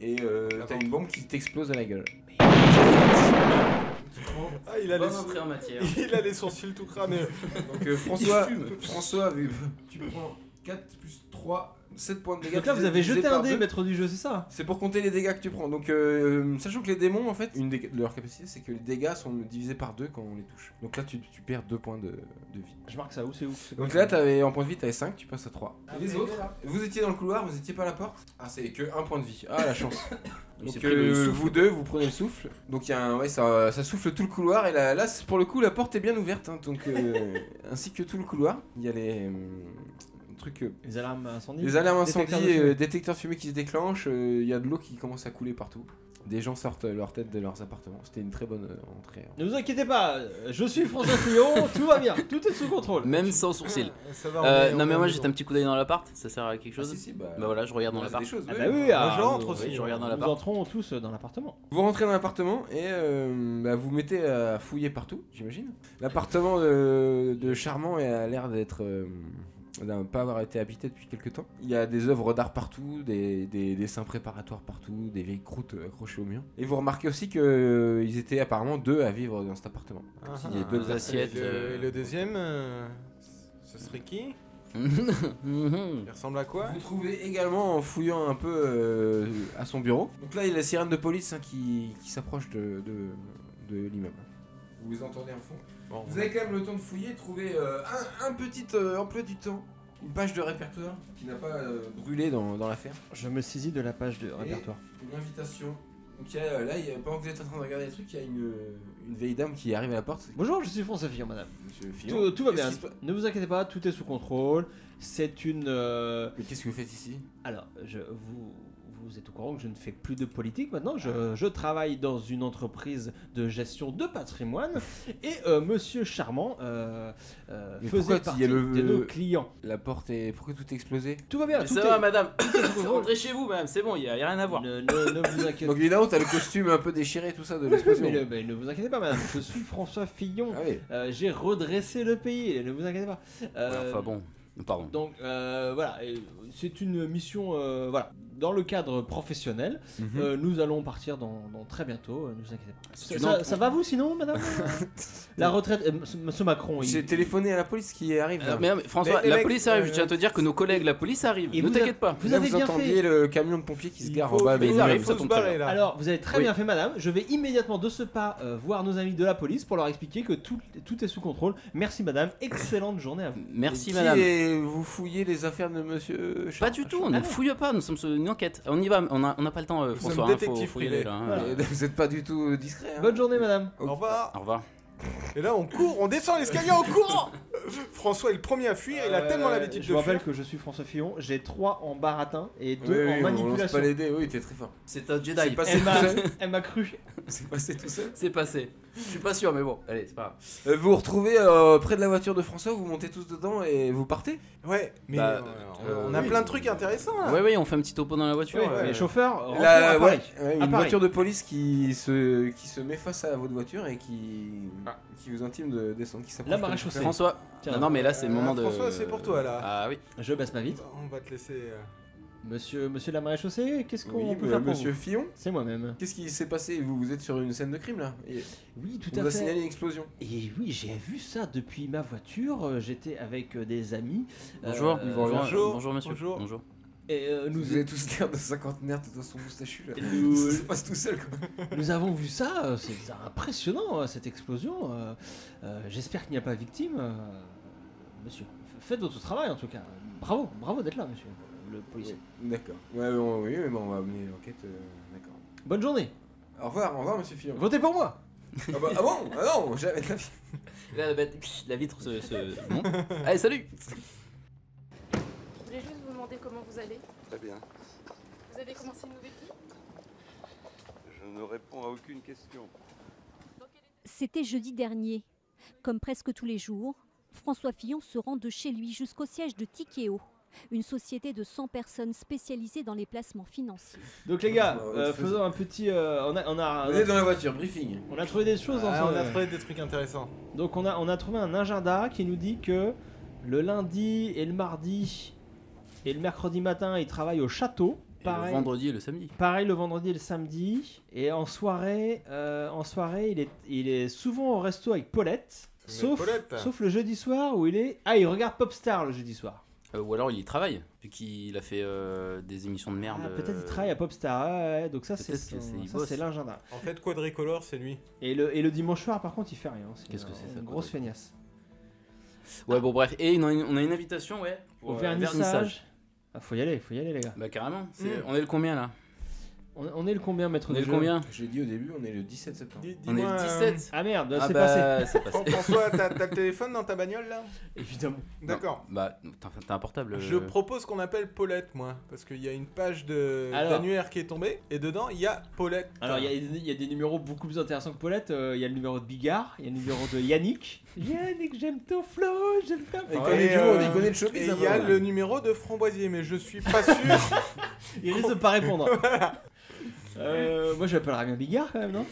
Et euh, t'as une bombe qui t'explose à la gueule.
Ah, il a, les...
Bonne entrée en matière.
il a les sourcils tout cramés.
Donc euh, François, François, vu- tu prends 4 plus 3, 7 points de dégâts.
Donc là, vous avez
divisé
jeté un
par
dé,
deux.
maître du jeu, c'est ça
C'est pour compter les dégâts que tu prends. Donc, euh, sachant que les démons, en fait, une des- de leurs capacités, c'est que les dégâts sont divisés par deux quand on les touche. Donc là, tu, tu perds 2 points de, de vie.
Je marque ça, où c'est où c'est
Donc
quoi
là, t'avais, en point de vie, t'avais 5, tu passes à 3.
Ah,
Et les autres Vous étiez dans le couloir, vous étiez pas à la porte. Ah, c'est que 1 point de vie. Ah, la chance.
Il s'est
Donc
pris le
euh,
souffle.
vous deux, vous prenez le souffle. Donc il y a un- ouais, ça, ça souffle tout le couloir. Et là, là c'est- pour le coup, la porte est bien ouverte. hein. donc, euh, ainsi que tout le couloir. Il y a les hum, trucs euh,
Les alarmes à incendie
les alarmes
Détecteur
incendies,
de fumée.
euh, détecteurs fumée qui se déclenchent, euh, il y a de l'eau qui commence à couler partout. Des gens sortent euh, leur tête de leurs appartements. C'était une très bonne euh, entrée. hein.
Ne vous inquiétez pas, euh, je suis François Fillon, tout va bien, tout est sous contrôle.
Même sans sourcil.
Ça va, on
Euh,
est- on
non, mais
est
moi
en
jette un petit coup d'œil dans l'appart, ça sert à quelque
Ah,
chose
si, si, bah,
Bah voilà, je regarde dans
bah, c'est
l'appart.
des choses,
Ah
oui.
bah oui,
Moi,
ah,
je rentre
nous-
aussi,
oui,
je regarde dans
Nous
l'appart.
entrons tous euh, dans l'appartement.
Vous rentrez dans l'appartement et euh, bah, vous mettez à fouiller partout, j'imagine. L'appartement euh, de Charmant a l'air d'être. euh, d'un pas avoir été habité depuis quelques temps. Il y a des œuvres d'art partout, des, des dessins préparatoires partout, des vieilles croûtes euh, accrochées au mur. Et vous remarquez aussi qu'ils étaient apparemment deux à vivre dans cet appartement.
Ah,
Il y a deux
ah,
assiettes,
Et le,
euh,
et le deuxième, euh, ce serait qui
Mhm.
Il ressemble à quoi
Vous trouvez également en fouillant un peu euh, à son bureau. Donc là, il y a la sirène de police hein, qui, qui s'approche de, de- de l'immeuble. Vous entendez un fond.
Bon,
Vous avez quand même le temps de fouiller et trouver euh, un, un petit euh, emploi du temps. Une page de répertoire qui n'a pas euh, brûlé dans, dans l'affaire.
Je me saisis de la page de répertoire.
Une invitation. Donc il y a, euh, là, il y a- pendant que vous êtes en train de regarder les trucs, il y a une, euh, une vieille dame qui arrive à la porte.
Bonjour, je suis François Fillon, madame.
Monsieur Fillon.
Tout, tout va
qu'est-ce
bien,
qui se passe
ne vous inquiétez pas, tout est sous contrôle. C'est une. euh,
Mais qu'est-ce que vous faites ici
Alors, je, vous, vous êtes au courant que je ne fais plus de politique maintenant.
Ah.
Je, je travaille dans une entreprise de gestion de patrimoine et euh, Monsieur Charmant euh, euh,
Mais
faisait
pourquoi
partie
il y a le-
de nos clients.
La porte est. Pourquoi tout est explosé
Tout va bien,
Mais
tout
ça
est-
va, madame.
tout est-
Rentrez chez vous, madame, c'est bon, il a, y a rien à voir.
Ne, ne- ne vous inquiétez
Donc évidemment, t'as le costume un peu déchiré, tout ça de
pas.
l'explosion.
Mais ne- mais ne vous inquiétez pas, madame. Je suis François Fillon.
Ah oui.
Euh, J'ai redressé le pays. Ne vous inquiétez pas. Euh,
Ouais, Ah, Enfin bon, pardon.
Donc euh, voilà, et c'est une mission euh, voilà dans le cadre professionnel.
Mmh.
Mhm.
Euh, nous allons partir dans, dans très bientôt. euh, ne vous inquiétez pas. Ça,
tu
ça-
n'en-
ça va vous sinon, madame La retraite, euh, ce, ce Macron. il-
J'ai téléphoné à la police qui arrive.
Ah,
Euh,
là.
mais, non, mais François,
Mais-
la
mais-
police arrive,
euh,
je tiens à te dire que nos collègues, la police arrive,
Et
ne
vous a-
t'inquiète pas.
Vous
Là,
avez bien
entendiez
fait.
le camion de pompiers qui se
Il
gare
faut-
en bas.
il
des
faut
ils arrivent,
immeubles.
se
ça tombe
barrer,
très bien.
là.
Alors, vous avez très
Oui.
bien fait, madame. Je vais immédiatement de ce pas euh, voir nos amis de la police pour leur expliquer que tout, tout est sous contrôle. Merci, madame. Excellente journée à vous.
Merci,
Qui
madame.
est- vous fouillez les affaires de monsieur euh,
Pas
Char-
du tout, on ne fouille pas, nous sommes sur une enquête. On y va, on a, on a pas le temps, euh,
Nous
François,
sommes
hein, faut,
détectives
faut y aller
privés.
là. hein.
Voilà.
Et Vous êtes pas du tout discret. hein.
Bonne journée, madame.
Au revoir.
Au revoir.
Et là, on court, on descend l'escalier en courant François est le premier à fuir, il a
Euh,
tellement l'habitude de
Je vous
fuir.
rappelle que je suis François Fillon. J'ai 3 en baratin et
Oui,
2
oui,
en
On lance
manipulation.
pas les dés, oui, t'es très fort.
C'est un
C'est
Jedi.
passé
Elle
tout
m'a-
seul.
elle m'a cru.
C'est passé tout seul.
C'est passé. Je suis pas sûr, mais bon, allez, c'est pas grave.
Euh, Vous vous retrouvez euh, près de la voiture de François, vous montez tous dedans et vous partez.
Ouais, mais
Bah,
on,
euh,
on a
oui.
plein de trucs intéressants là.
Ouais, ouais, on fait un petit topo dans la voiture.
Ah. Ouais, ouais.
euh,
Les chauffeurs, rentrons
La-
à
ouais,
Paris.
ouais, une
À Paris.
voiture de police qui se, qui se met face à votre voiture et qui,
Ah.
qui vous intime de descendre. Qui s'approche
La
comme
barre à
ça.
chaussée.
François,
Tiens,
non, non, mais là c'est le
Euh,
moment de.
François, c'est pour toi, là.
Ah oui.
Je baisse ma vite.
On va te laisser. euh,
Monsieur, monsieur la maréchaussée, qu'est-ce qu'on
Oui, euh,
peut faire pour
monsieur
vous
Fillon.
C'est moi-même.
Qu'est-ce qui s'est passé vous, vous êtes sur une scène de crime là et
Oui, tout
On vous
à
a
fait.
signalé une explosion.
Et oui, j'ai vu ça depuis ma voiture. euh, J'étais avec euh, des amis. euh,
Bonjour, bonjour,
bonjour,
bonjour, monsieur.
bonjour.
Et euh, nous,
Vous avez tous l'air de cinquantenaire de façon moustachu là.
nous,
Ça se passe tout seul quoi.
nous avons vu ça. euh, C'est impressionnant euh, cette explosion. euh, euh, J'espère qu'il n'y a pas victime, euh, monsieur. f- Faites votre travail en tout cas. Bravo, bravo d'être là, monsieur. Le policier.
D'accord. Ouais, bon, oui, mais bon, on va mener l'enquête. euh, D'accord.
Bonne journée.
Au revoir, au revoir, monsieur Fillon.
Votez pour moi.
Ah, bah, ah bon Ah non, jamais de la vie.
Là, la, bête- la vitre se. se- monte. allez, salut
Je voulais juste vous demander comment vous allez.
Très bien.
Vous avez commencé une nouvelle vie
Je ne réponds à aucune question.
Ah,
C'était jeudi dernier. Comme presque tous les jours, François Fillon se rend de chez lui jusqu'au siège de Tikeo, une société de 100 personnes spécialisée dans les placements financiers.
Donc les gars,
Ouais, ouais,
euh,
ouais,
faisons un petit. euh, on a, on a,
Vous êtes dans la voiture, briefing.
on a trouvé des choses. hein, dans
ah,
ce-
on a trouvé des trucs intéressants.
Donc on a, on a trouvé un agenda qui nous dit que le lundi et le mardi, Et le mercredi matin, il travaille au château.
Et le
Pareil,
vendredi et le samedi.
Pareil le vendredi et le samedi. Et en soirée, euh, en soirée il, est, il est souvent au resto avec Paulette.
Mais
Sauf,
Paulette.
sauf le jeudi soir où il est. Ah, il regarde Popstar le jeudi soir.
Euh, ou alors il y travaille, vu qu'il a fait euh, des émissions de merde.
Ah, Peut-être il
euh,
travaille à Popstar. ah ouais, donc ça, c'est
Peut-être que
son-
c'est- il
ça,
bosse.
c'est l'agenda.
En fait, quadricolore, c'est lui.
Et le, et le dimanche soir, par contre, il fait rien. C'est
Qu'est-ce
une-
que c'est,
Une
ça,
grosse
quoi,
feignasse.
Ouais, bon, bref. Et on a une, on a une invitation, ouais. pour,
Au
euh,
vernissage. Ah, faut y aller, faut y aller, les gars.
Bah, carrément. c'est-
Mm.
On est le combien là
On, on est le combien, maître
On
de
est le
jeu
combien
J'ai dit au début, on est le 17 septembre.
Dis-
On est
dis-moi,
le
euh,
17
Ah merde,
Ah
c'est passé.
bah, c'est passé.
François, t'as t'as le téléphone dans ta bagnole là
Évidemment.
D'accord.
Bah, t'as t'as un portable.
Je
euh,
propose qu'on appelle Paulette, moi, parce qu'il y a une page de-
Alors.
d'annuaire qui est tombée, et dedans il y a Paulette.
Alors, il y, a- il y a des numéros beaucoup plus intéressants que Paulette. Euh, Il y a le numéro de Bigard, il y a le numéro de Yannick. Yannick, j'aime ton flow, j'aime ta
Et
Ouais,
comme il
et,
joue, on
euh,
y connaît le showbiz. hein,
Et
un
il y a
peu.
le numéro de Framboisier, mais je suis pas sûr.
Il risque de pas répondre. Euh, moi, j'appellerais bien Bigard quand même, non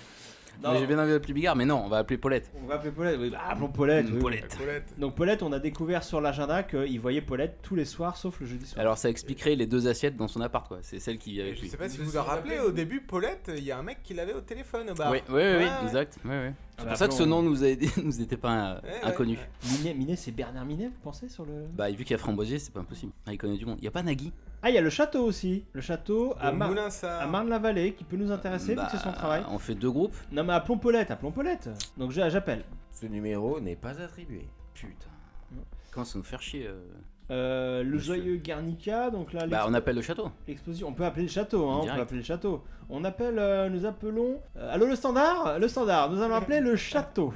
mais J'ai bien envie d'appeler Bigard, mais non, on va appeler Paulette.
On va appeler Paulette. Oui, bah, appelons Paulette.
Mm,
oui.
Paulette.
Paulette.
Donc, Paulette, on a découvert sur l'agenda qu'il voyait Paulette tous les soirs sauf le jeudi soir.
Alors ça expliquerait les deux assiettes dans son appart, quoi. C'est celle qui vit
Et
avec
Je
lui.
sais pas si
Vous
vous vous
vous
en rappelez,
rappelez
au début, Paulette, il y a un mec qui l'avait au téléphone au bar.
Oui, oui, oui,
Ouais,
exact. Ouais,
Ah
ouais.
Eh
C'est
bah,
pour ça que ce
appelons-
nom nous, a aidé, nous était pas euh,
Ouais, ouais,
inconnu.
ouais.
Minet, Minet, c'est Bernard Minet, vous pensez sur le.
Bah, vu qu'il y a Framboisier, c'est pas impossible. Ah, il connaît du monde. Il y a pas Nagui
Ah, il y a le château aussi. Le château à,
Au
Mar-
Moulin, ça.
à Marne-la-Vallée qui peut nous intéresser
Bah,
vu que c'est son travail.
On fait deux groupes.
Non, mais appelons Paulette, appelons Paulette. Donc, je- j'appelle.
Ce numéro n'est pas attribué.
Putain.
Non.
Comment ça nous faire chier euh
Euh, le
Monsieur.
joyeux Guernica, donc là,
Bah,
l'ex-
on appelle le château.
l'exposition. On peut appeler le château, hein, on peut
Direct.
appeler le château. On appelle, euh, nous appelons. euh, allô, le standard Le standard, nous allons appeler le château.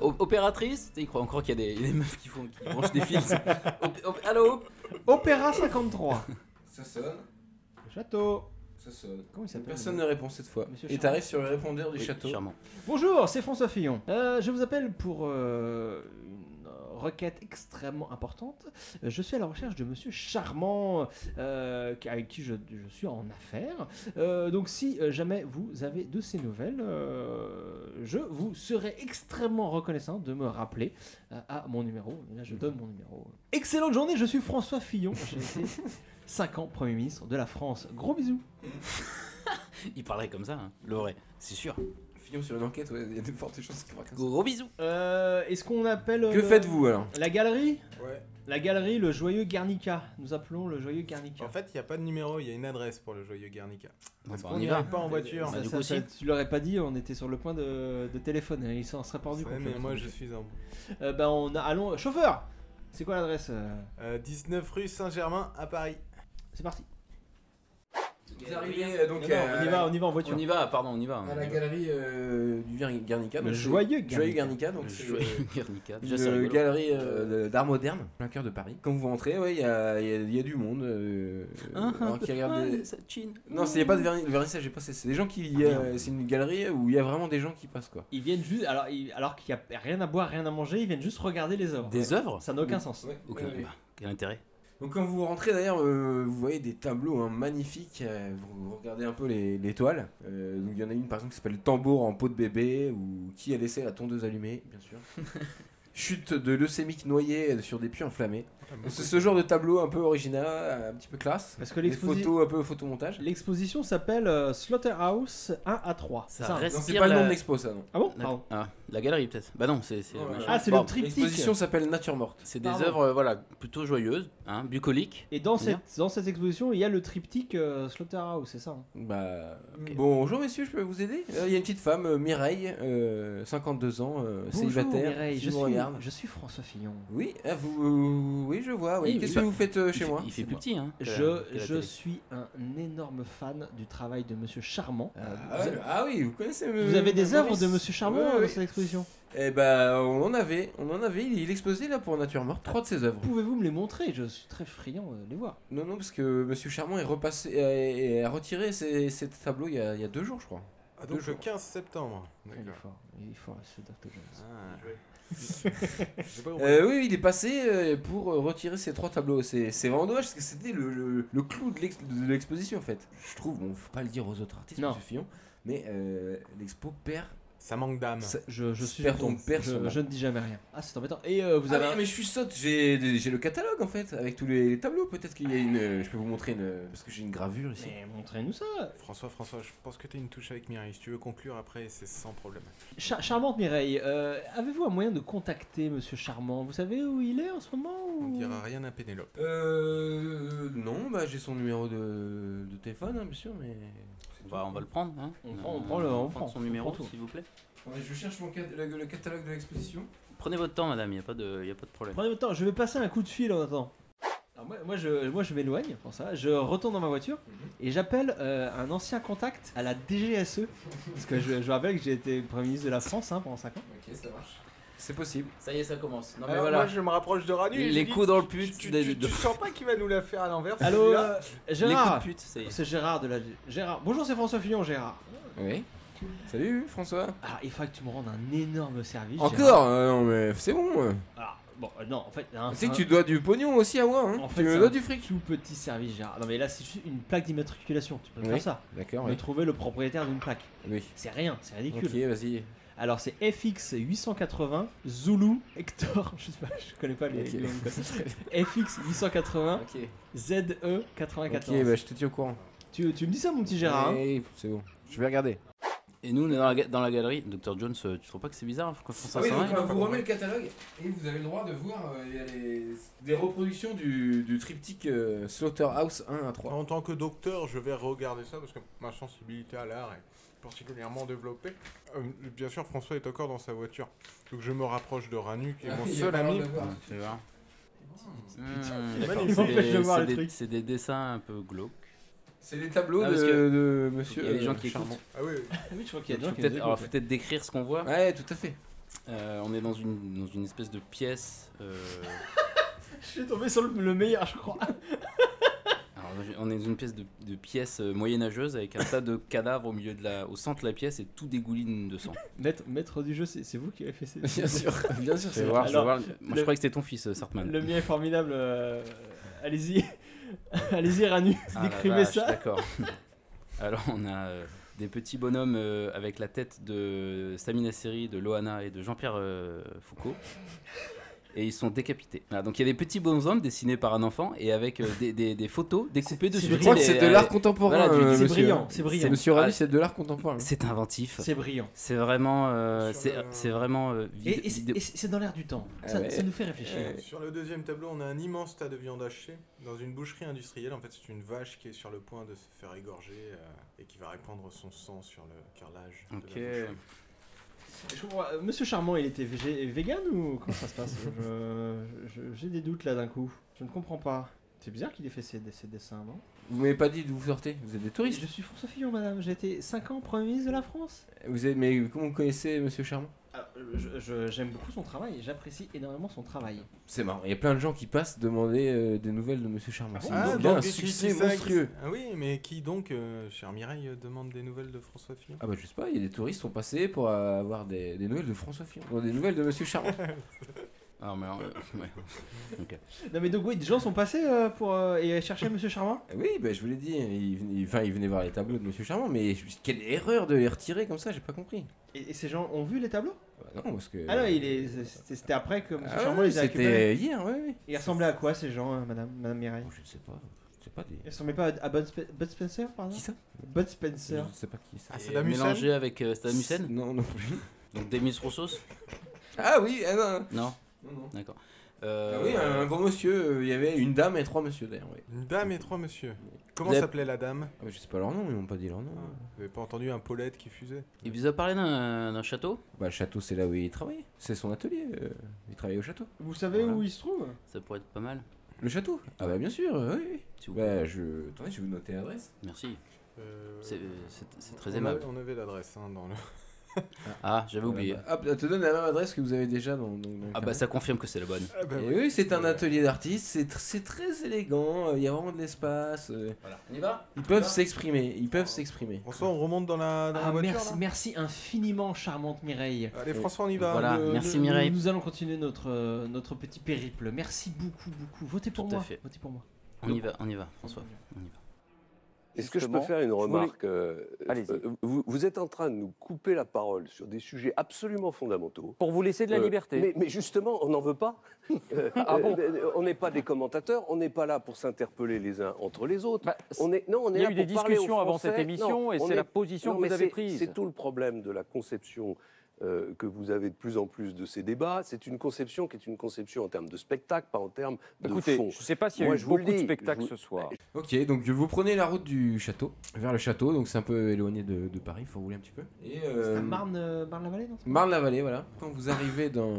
O- opératrice Tu sais, il croit encore qu'il y a des, des meufs qui, font, qui branchent des fils. Op- op- Allô
Opéra 53.
Ça sonne,
Le château.
ça sonne.
Comment il s'appelle
Personne
le
ne répond cette fois.
Monsieur
Et
Charmant.
t'arrives sur le répondeur du
Oui,
château.
charmant.
Bonjour, c'est François Fillon. Euh, je vous appelle pour euh, une requête extrêmement importante. Euh, Je suis à la recherche de Monsieur Charmant, euh, avec qui je, je suis en affaires. Euh, donc si euh, jamais vous avez de ces nouvelles, euh, je vous serai extrêmement reconnaissant de me rappeler euh, à mon numéro. Là, je donne mon numéro. Excellente journée, je suis François Fillon. J'ai été 5 ans Premier ministre de la France. Gros bisous.
Il parlerait comme ça, hein. le vrai. C'est sûr.
Fillon sur une enquête, ouais, il y a de fortes chances qu'il fracasse.
Gros bisous.
Euh, Est-ce qu'on appelle...
Que
euh,
faites-vous alors
La galerie
Ouais.
La galerie Le Joyeux Guernica. Nous appelons le Joyeux Guernica.
En fait, il n'y a pas de numéro, il y a une adresse pour le joyeux Guernica.
Bon, bah,
On
on y
n'y
va.
arrive pas en voiture.
Bah,
Ça,
du
ça,
coup,
ça,
si.
tu l'aurais pas dit, on était sur le point de, de téléphone. Il s'en serait pas rendu
Ouais,
compte.
mais moi, je suis en
Euh, bah, on a. Allons. Chauffeur C'est quoi l'adresse euh
Euh, 19 rue Saint-Germain à Paris.
C'est parti.
Vous arrivez euh, donc
Non, non,
à-
on y va, on y va en voiture.
On y va, pardon, on y va.
à
on
la
y va.
galerie euh, du Ver- Guernica.
Le
donc c'est-
joyeux
Joyeux
Guernica.
Guernica, donc
Le
c'est,
jouet
euh,
Guernica. Déjà, c'est
Une
rigolo.
galerie euh, de- d'art moderne, plein cœur de Paris. Quand vous rentrez, ouais, il y a, il y a- il y a du monde. euh,
Hein,
alors
un
qu'il
peu-
regarde des-
Ah, ça chine.
Non, c'est y a pas de vernis, le vernissage, j'ai pas. C'est c'est des gens qui. euh, c'est une galerie où il y a vraiment des gens qui passent quoi.
Ils viennent juste. Alors, ils- alors qu'il n'y a rien à boire, rien à manger, ils viennent juste regarder les œuvres.
Des œuvres
Ça n'a aucun sens.
Aucun. bah, quel intérêt
Donc quand vous rentrez d'ailleurs, euh, vous voyez des tableaux hein, magnifiques. euh, vous vous regardez un peu les, les toiles. Euh, donc il y en a une par exemple qui s'appelle Tambour en peau de bébé ou qui a laissé la tondeuse allumée, bien sûr. Chute de leucémique noyée sur des puits enflammés.
Ah,
Donc, C'est ce genre de tableau un peu original, euh, un petit peu classe.
Parce que
Des
l'exposi-
photos un peu photomontage.
l'exposition s'appelle euh, Slaughterhouse 1 à 3.
Ça
C'est un-
reste-
Non, c'est
Respire
pas le
la-
nom de l'expo ça non.
Ah bon
La-
Pardon.
Ah, la galerie peut-être. Bah non, c'est. c'est
Ouais,
machin.
ouais.
Ah, c'est
Bon,
le triptyque.
L'exposition s'appelle Nature morte.
C'est des
Pardon.
œuvres, euh, voilà, plutôt joyeuses, hein, bucoliques.
Et dans
C'est bien.
cette, dans cette exposition, il y a le triptyque euh, Slaughterhouse, c'est ça hein
Bah,
Ok.
bonjour messieurs, je peux vous aider Euh, Il y a une petite femme, euh, Mireille, euh, 52 ans, euh, célibataire,
Mireille,
qui
je
vous
suis,
regarde.
je suis François Fillon.
Oui, ah, vous, oui, je vois. Oui.
Oui,
Qu'est-ce
oui,
que
bah,
vous faites euh,
Il
chez
fait-
moi
Il fait
C'est
plus
moi.
petit, hein. que la-
Je,
que la
je
télé.
suis un énorme fan du travail de Monsieur Charmant. Euh, vous,
ouais, ah oui, vous connaissez. euh,
vous avez des œuvres
Maurice
de Monsieur Charmant
Ouais,
euh, dans
ouais.
cette exposition
Eh ben, on en avait, on en avait. Il, il exposait là pour Nature Morte trois de ses œuvres.
Pouvez-vous me les montrer Je suis très friand euh, de les voir.
Non, non, parce que Monsieur Charmant est repassé, euh, a, a- a retiré ses, ses tableaux il y, a, il y a deux jours, je crois.
Ah, donc
Deux
le
jours.
15 septembre.
Il est
D'accord.
fort, il est fort, ce Dr. Jones.
Ah. J'ai pas compris.
Euh, oui, il est passé euh, pour euh, retirer ces trois tableaux. C'est c'est vraiment dommage parce que c'était le, le- le clou de l'ex- de l'exposition en fait. Je trouve, bon, faut pas le dire aux autres artistes,
Non.
monsieur Fillon, mais euh, l'expo perd
Ça manque d'âme.
Ça-
Je, je suis
Père
ton
ton père, son
je,
âme.
je ne dis jamais rien. Ah, c'est embêtant. Et euh, vous
Ah,
avez.
mais, mais je suis sotte, j'ai des- j'ai le catalogue en fait, avec tous les, les tableaux. Peut-être qu'il y a une. euh, Je peux vous montrer une. Parce que j'ai une gravure ici.
Mais montrez-nous ça.
François, François, je pense que t'es une touche avec Mireille. Si tu veux conclure après, c'est sans problème.
Char- Charmante Mireille, euh, avez-vous un moyen de contacter Monsieur Charmant Vous savez où il est en ce moment
On
ou...
dira rien à Pénélope.
Euh. Non, bah j'ai son numéro de, de téléphone, hein, bien sûr, mais.
On va, on va le prendre. hein.
On prend- on prend le- on prend-
son
on
numéro,
prend tout.
s'il vous plaît.
Attendez, je cherche mon cat- le, le catalogue de l'exposition.
Prenez votre temps, madame, il n'y a, pas de- y a pas de problème.
Prenez votre temps, je vais passer un coup de fil en attendant. Alors moi, moi, je, moi je m'éloigne pour ça, je retourne dans ma voiture
Mhm.
et j'appelle euh, un ancien contact à la DGSE. E. Parce que je, je rappelle que j'ai été Premier ministre de la France hein, pendant 5 ans.
Ok, ça marche. C'est possible.
Ça y est, ça commence. Non, mais
Alors,
voilà.
Ah, Moi, je me rapproche de Ranu. et je
Les
dis,
coups dans le
tu,
pute.
tu-
des-
tu-
de-
tu sens pas qu'il va nous la faire à l'envers
Ah,
Allô
celui-là
euh,
Les coups de
Gérard
pute, ça y est.
C'est Gérard de la... Gérard. Bonjour, c'est François Fillon, Gérard.
Oui. Salut François.
Alors il faudrait que tu me rendes un énorme service. Gérard.
Encore Euh, Non, mais c'est bon. euh.
Alors, bon, euh, non, en fait... hein,
Tu sais
c'est
que
un-
tu dois du pognon aussi à moi, hein.
En fait,
tu
c'est
me
un
dois du fric.
tout petit service, Gérard. Non, mais là, c'est juste une plaque d'immatriculation. Tu peux
Oui.
faire ça.
D'accord,
Me trouver le propriétaire d'une plaque.
Oui.
C'est rien, c'est ridicule.
Ok, vas-y.
Alors, c'est FX 880 Zulu Hector. Je sais pas, je connais pas les.
Ok.
les noms, quoi. FX 880
Ok.
ZE 94.
Ok, bah je te tiens au courant.
E tu, tu me dis ça, mon petit Gérard hein
Oui, c'est bon. Je vais regarder.
Et nous, on est dans la, ga- dans la galerie. Dr. Jones, euh, tu trouves pas que c'est bizarre
Ah
quand François
oui,
s'en
donc
va
on va vous remet le catalogue et vous avez le droit de voir euh, il y a les- des reproductions du, du triptyque euh, Slaughterhouse 1 à 3.
En tant que docteur, je vais regarder ça parce que ma sensibilité à l'art est particulièrement développée. Euh, bien sûr, François est encore dans sa voiture. Donc je me rapproche de Ranu, qui est
Ah,
mon
il y a
seul
pas le
ami.
droit de voir.
Tu vois.
c'est
Hmm,
magnifique.
d'accord.
Il
C'est
m'empêche de
des-
voir
c'est
le
des-
truc.
C'est des dessins un peu glauques.
C'est les tableaux
Ah,
de,
parce que-
de monsieur.
Il y a des gens
euh,
qui
Charmant.
écoutent. hein.
Ah oui,
Oui, je crois qu'il y a des
Faut
gens qui nous
peut-être- Alors, faut
écoutent.
peut-être décrire ce qu'on voit.
Ouais, tout à fait.
Euh, on est dans une, dans une espèce de pièce. euh,
Je suis tombé sur le, le meilleur, je crois.
alors, on est dans une pièce de, de pièce euh, moyenâgeuse avec un tas de cadavres au milieu de la, au centre de la pièce et tout dégouline de sang.
Maître, maître du jeu, c'est c'est vous qui avez fait ça
Bien sûr, bien sûr,
Je
c'est
vais
vrai.
voir, je vais
Alors,
voir. Moi,
le-
je croyais que c'était ton fils, euh, Sartman.
Le mien est formidable. euh, Allez-y. Allez-y, Ranu.
Ah, la
Décrivez
vache,
ça.
D'accord. Alors, on a euh, des petits bonhommes euh, avec la tête de Samina Seri, de Loana et de Jean-Pierre euh, Foucault. Et ils sont décapités. Voilà, donc il y a des petits bonhommes dessinés par un enfant et avec euh, des, des- des photos découpées dessus.
Je crois que c'est de l'art contemporain.
euh, voilà, du-
euh,
C'est
monsieur.
brillant, c'est brillant.
Monsieur Ravi,
Ah,
c'est de l'art contemporain.
C'est inventif.
C'est brillant.
C'est vraiment, euh,
Sur
c'est
le-
c'est vraiment. euh, vid-
Et, et c'est-
vidéo-
et c'est c'est dans l'air du temps.
Ah
Ça,
ouais.
ça nous fait réfléchir.
Ouais.
Sur le deuxième tableau, on a un immense tas de viande hachée dans une boucherie industrielle. En fait, c'est une vache qui est sur le point de se faire égorger euh, et qui va répandre son sang sur le carrelage. de la
Ok.
boucherie.
Je comprends pas. Monsieur Charmant, il était végé- vegan ou comment ça se passe Je- je- J'ai des doutes là d'un coup. Je ne comprends pas. C'est bizarre qu'il ait fait ces, ces dessins, non
Vous m'avez pas dit d'où vous sortez. Vous êtes des touristes.
Je suis François Fillon, madame. J'ai été 5 ans Premier ministre de la France.
Vous êtes, mais comment vous connaissez Monsieur Charmant
Alors, Ah, je- je- J'aime beaucoup son travail. J'apprécie énormément son travail.
C'est marrant. Il y a plein de gens qui passent demander euh, des nouvelles de Monsieur Charmant.
Ah
C'est
bon
une-
Ah,
il a un
donc,
succès
qui- qui- ça-
monstrueux.
Ah oui, mais qui donc, euh, cher Mireille, euh, demande des nouvelles de François Fillon
Ah bah je sais pas, il y a des touristes qui sont passés pour euh, avoir des, des nouvelles de François Fillon, ou des nouvelles de Monsieur Charmant.
Ah, mais, euh, ouais.
Non, mais donc, oui, des gens sont passés euh, pour euh, et chercher Monsieur Charmant
oui, bah je vous l'ai dit, il venait, il- enfin, il venait voir les tableaux de Monsieur Charmant, mais je- quelle erreur de les retirer comme ça, j'ai pas compris.
et, et ces gens ont vu les tableaux
Bah non, parce que...
Ah non, il est- c'était c'était après que Monsieur
Ah
Charmant
ouais,
les a récupérés.
C'était hier, ouais, ouais.
Ils ressemblaient à quoi ces gens, euh, madame, madame Mireille
Bon, je sais pas, je sais pas des...
Ils ressemblaient pas à Bud, Spe- Bud Spencer, pardon
Qui ça
Bud
Je
Spencer.
sais pas qui ça.
Ah,
Et
Saddam Hussein
Mélangé avec euh, Saddam Hussein
Non, non plus.
Donc Demis Roussos
Ah oui, ah non,
Non,
non, non.
d'accord.
Ah
Euh,
oui, un, un gros monsieur, euh, il y avait une dame et trois messieurs d'ailleurs, ouais.
Une dame et trois messieurs. Comment
Vous avez-
s'appelait la dame
Ah, bah, je sais pas leur nom, ils m'ont pas dit leur nom.
Ah.
Vous avez pas entendu un Paulette qui fusait
Il vous a parlé d'un d'un château
Bah le château, c'est là où il travaillait, c'est son atelier, euh, il travaillait au château.
Vous savez
Voilà.
où ils se trouvent
Ça pourrait être pas mal.
Le château Ah bah bien sûr, euh, oui, oui.
s'il vous plaît.
Bah je... Attendez, je vais vous noter l'adresse.
Merci.
Euh,
C'est euh, c'est- c'est
on
très
a-
aimable.
On avait l'adresse hein, dans le.
Ah, j'avais oublié.
Hop, elle bah, te donne la même adresse que vous avez déjà dans... dans- dans le
Ah bah
carnet.
ça confirme que c'est la bonne.
Ah bah
Et
oui.
oui, c'est un
Euh,
atelier d'artistes, c'est tr- c'est très élégant, euh, il y a vraiment de l'espace. euh,
Voilà. On y va
Ah.
Ils peuvent s'exprimer, ils peuvent s'exprimer.
François, on remonte dans la,
Ah,
dans la voiture
Ah, merci, merci infiniment, charmante Mireille.
là Allez, François, on y va.
Voilà,
Le-
merci
le-
Mireille.
Nous allons continuer notre, euh, notre petit périple. Merci beaucoup, beaucoup. Votez pour
Tout à
moi.
fait.
Votez pour moi.
On y va, on y va, François. On y va.
Est-ce que je peux
justement,
faire une
voulais-
remarque euh,
Allez-y.
euh, vous, vous êtes en train de nous couper la parole sur des sujets absolument fondamentaux.
Pour vous laisser de la
Euh,
liberté.
Mais, mais justement, on n'en veut pas. Euh,
Ah bon
euh, on n'est pas des commentateurs, on n'est pas là pour s'interpeller les uns entre les autres.
Bah, c'est-
On est, non, on est
il y a
là
eu
pour
des
parler aux
discussions avant cette
Français.
émission
Non,
et
on
c'est la
est-
position
non,
que
mais
vous avez
c'est-
prise.
C'est tout le problème de la conception euh, que vous avez de plus en plus de ces débats. C'est une conception qui est une conception en termes de spectacle, pas en termes de
Écoutez,
fond.
je ne sais pas s'il y a
Moi,
eu
je vous le
beaucoup de
dis,
spectacles
je
ce
vous-
soir.
Ok, donc vous prenez la route du château, vers le château, donc c'est un peu éloigné de, de Paris, faut rouler un petit peu. Et
C'est
euh,
à Marne, euh, Marne-la-Vallée, non
Marne-la-Vallée, voilà. Quand vous arrivez dans.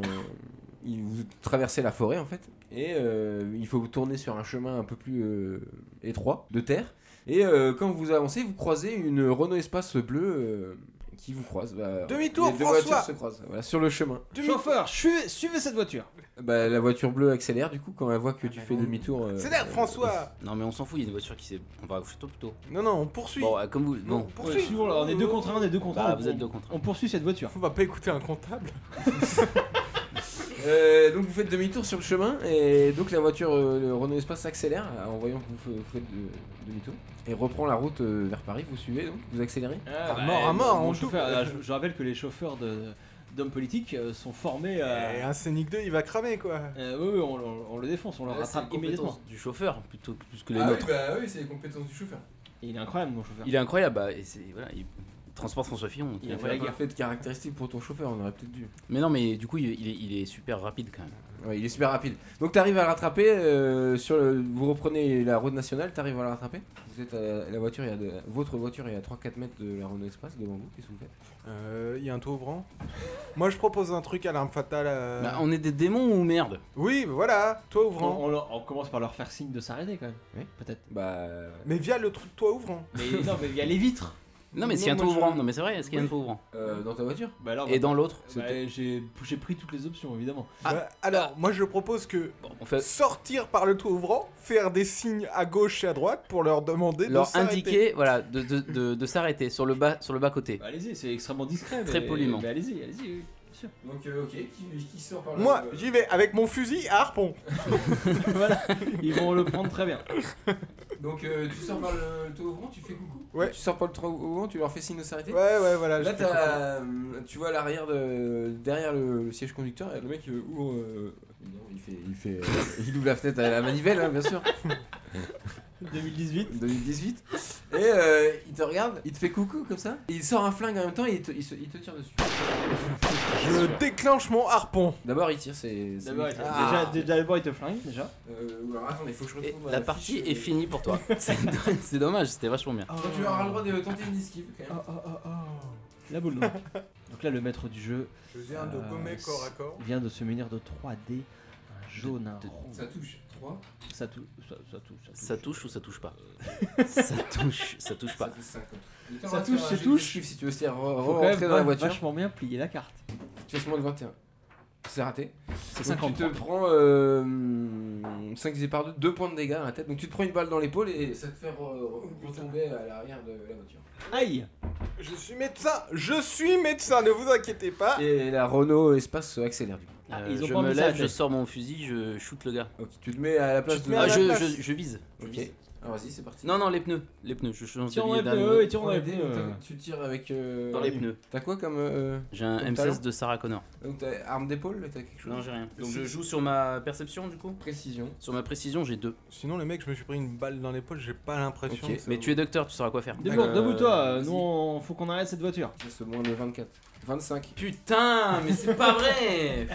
il- Vous traversez la forêt en fait, et euh, il faut tourner sur un chemin un peu plus euh, étroit de terre. Et euh, quand vous avancez, vous croisez une Renault Espace bleue euh, qui vous croise. Bah,
Demi-tour,
les deux
François
voitures se croisent, voilà, sur le chemin.
Chauffeur, suivez, suivez cette voiture.
Bah, la voiture bleue accélère du coup quand elle
Ah
voit que
bah
tu fais demi-tour. euh,
C'est l'air,
euh,
François
Non, mais on s'en fout, il y a une voiture qui s'est. On va au château plutôt.
Non, non, on poursuit.
Bon, euh, comme vous.
Non,
Bon,
on
Ouais,
poursuit.
suivons, là, on est deux contre un, on est deux contre
bah,
un.
vous
on-
êtes deux contre un.
On poursuit cette voiture.
On va pas écouter un comptable.
Euh, donc vous faites demi-tour sur le chemin et donc la voiture euh, le Renault Espace s'accélère euh, en voyant que vous, fa- vous faites de- demi-tour et reprend la route euh, vers Paris. Vous suivez donc vous accélérez.
Ah,
bah, mort, à mort,
mon
on
chauffeur,
double.
là, je, je rappelle que les chauffeurs de- d'hommes politiques euh, sont formés
Et
à.
un Scénic 2, il va cramer, quoi.
Euh, oui, oui, on, on- on le défonce, on le
Là, Ah, c'est
rattrape
les
immédiatement.
compétences Du chauffeur plutôt que- plus que les
Ah oui,
nôtres.
bah oui, c'est les compétences du chauffeur.
Et Il est incroyable, mon chauffeur.
Il est incroyable, bah, et c'est- voilà, il transporte François Fillon.
Il a fait
Il
la
a pas
guerre.
fait de caractéristiques pour ton chauffeur, on aurait peut-être dû.
Mais non, mais du coup, il il est, il est super rapide quand même.
Ouais, il est super rapide. Donc t'arrives à le rattraper euh, sur le, vous reprenez la route nationale, t'arrives à le rattraper. Vous êtes à- la voiture, est à de- votre voiture est à 3-4 mètres de la Renault Espace devant vous. Qu'est-ce que vous faites
Euh, Il y a un toit ouvrant. Moi, je propose un truc à l'arme fatale. euh,
Bah, on est des démons ou merde
Oui, bah voilà, toit
On,
ouvrant.
on leur- on commence par leur faire signe de s'arrêter quand même.
Oui.
Peut-être.
Bah
Mais via le truc toit ouvrant.
Mais non, mais il y a les vitres.
Non, mais
Non,
s'il y a un
moi,
toit
je-
ouvrant, non, mais c'est vrai, est-ce qu'il y a un
Oui. Ah,
toit ouvrant
euh, dans ta voiture.
Bah alors,
Et dans l'autre
bah, j'ai j'ai pris toutes les options évidemment.
Ah.
Bah, alors, moi, je propose que
Bon, on
Euh,
fait
sortir par le toit ouvrant, faire des signes à gauche et à droite pour leur demander de
leur
s'arrêter.
indiquer voilà, de, de, de- de s'arrêter sur le bas sur le bas côté.
Bah, allez-y, c'est extrêmement discret.
Très
mais-
poliment.
mais allez-y, allez-y, oui, bien sûr.
Donc euh, ok, qui, qui sort par là
Moi, j'y vais avec mon fusil à harpon.
voilà, ils vont le prendre très bien.
Donc euh, tu sors par le, le toit ouvrant, tu fais coucou.
Ouais.
Tu sors par le toit ouvrant, tu leur fais signe de s'arrêter.
Ouais, ouais, voilà. Ah, je
Là,
fais
t'as, euh, tu vois à l'arrière de, derrière le, le siège conducteur, et le mec euh, ouvre. euh, non, il fait, il fait, euh, il ouvre la fenêtre à la manivelle, hein, bien sûr.
2018.
2018. Et euh, il te regarde, il te fait coucou comme ça. Et il sort un flingue en même temps et il te, il se- il te tire dessus.
comme- Je déclenche mon harpon.
D'abord il tire, c'est. c'est-
D'abord, il te-
Ah.
déjà, déjà, d'abord, il te flingue déjà.
Euh, alors, attendez, faut que je
Et
retrouve. ma
la partie
fiche,
est
euh,
finie pour toi. C'est c'est dommage, c'était vachement bien.
Donc, Ah, tu auras le droit de tenter une esquive quand même.
La boule noire. Donc là, le maître du jeu
Je viens de
Ah,
Euh,
gommer corps à corps.
vient de se munir de 3 dés. Un jaune, un
de-
rond.
Ça touche. 3,
Ça touche, ça, ça touche,
Ça touche ou ça touche pas Ça touche, ça touche
ça
pas.
fait 5.
Ça touche, ça touche.
Si tu veux se faire re-
Faut quand même
rentrer dans la
va-
voiture.
vachement bien plier la carte.
Tu as moins de 21. C'est raté.
C'est
Donc,
50.
Tu te prends euh, 5 divisé par 2, 2 points de dégâts à la tête. Donc tu te prends une balle dans l'épaule et ça te fait re- re- retomber à l'arrière de la voiture.
Aïe
Je suis médecin. Je suis médecin. Ne vous inquiétez pas.
Et la Renault Espace se accélère du coup.
Ah,
Euh,
ils ont
je
pas
me
mis ça à
lève, je
tête.
sors mon fusil, je shoot le gars.
Ok, tu te mets à la place
te
de.
mets à
Ah,
la
je,
place.
je- je vise. je
Ok.
vise.
Alors Ah, vas-y, c'est parti. Euh,
Non, non, les pneus. Les pneus, je change de
Tire en
billet d'un
F2 et
autre.
tire en
Prends les dés, donc
F2.
t'as- tu tires avec. euh,
Dans les pneus.
T'as quoi comme. euh,
J'ai un
Ton
M16
talent.
de Sarah Connor.
donc t'as arme d'épaule T'as quelque chose
Non, j'ai rien. Donc je joue sur ma perception du coup
Précision.
Sur ma précision, j'ai deux.
Sinon, le mec, je me suis pris une balle dans l'épaule. J'ai pas l'impression.
Ok.
que ça-
Mais tu es docteur, tu sauras quoi faire.
Debout,
Euh,
debout toi, euh,
vas-y.
nous on faut qu'on arrête cette voiture.
C'est moins de 24. 25.
Putain, mais c'est pas vrai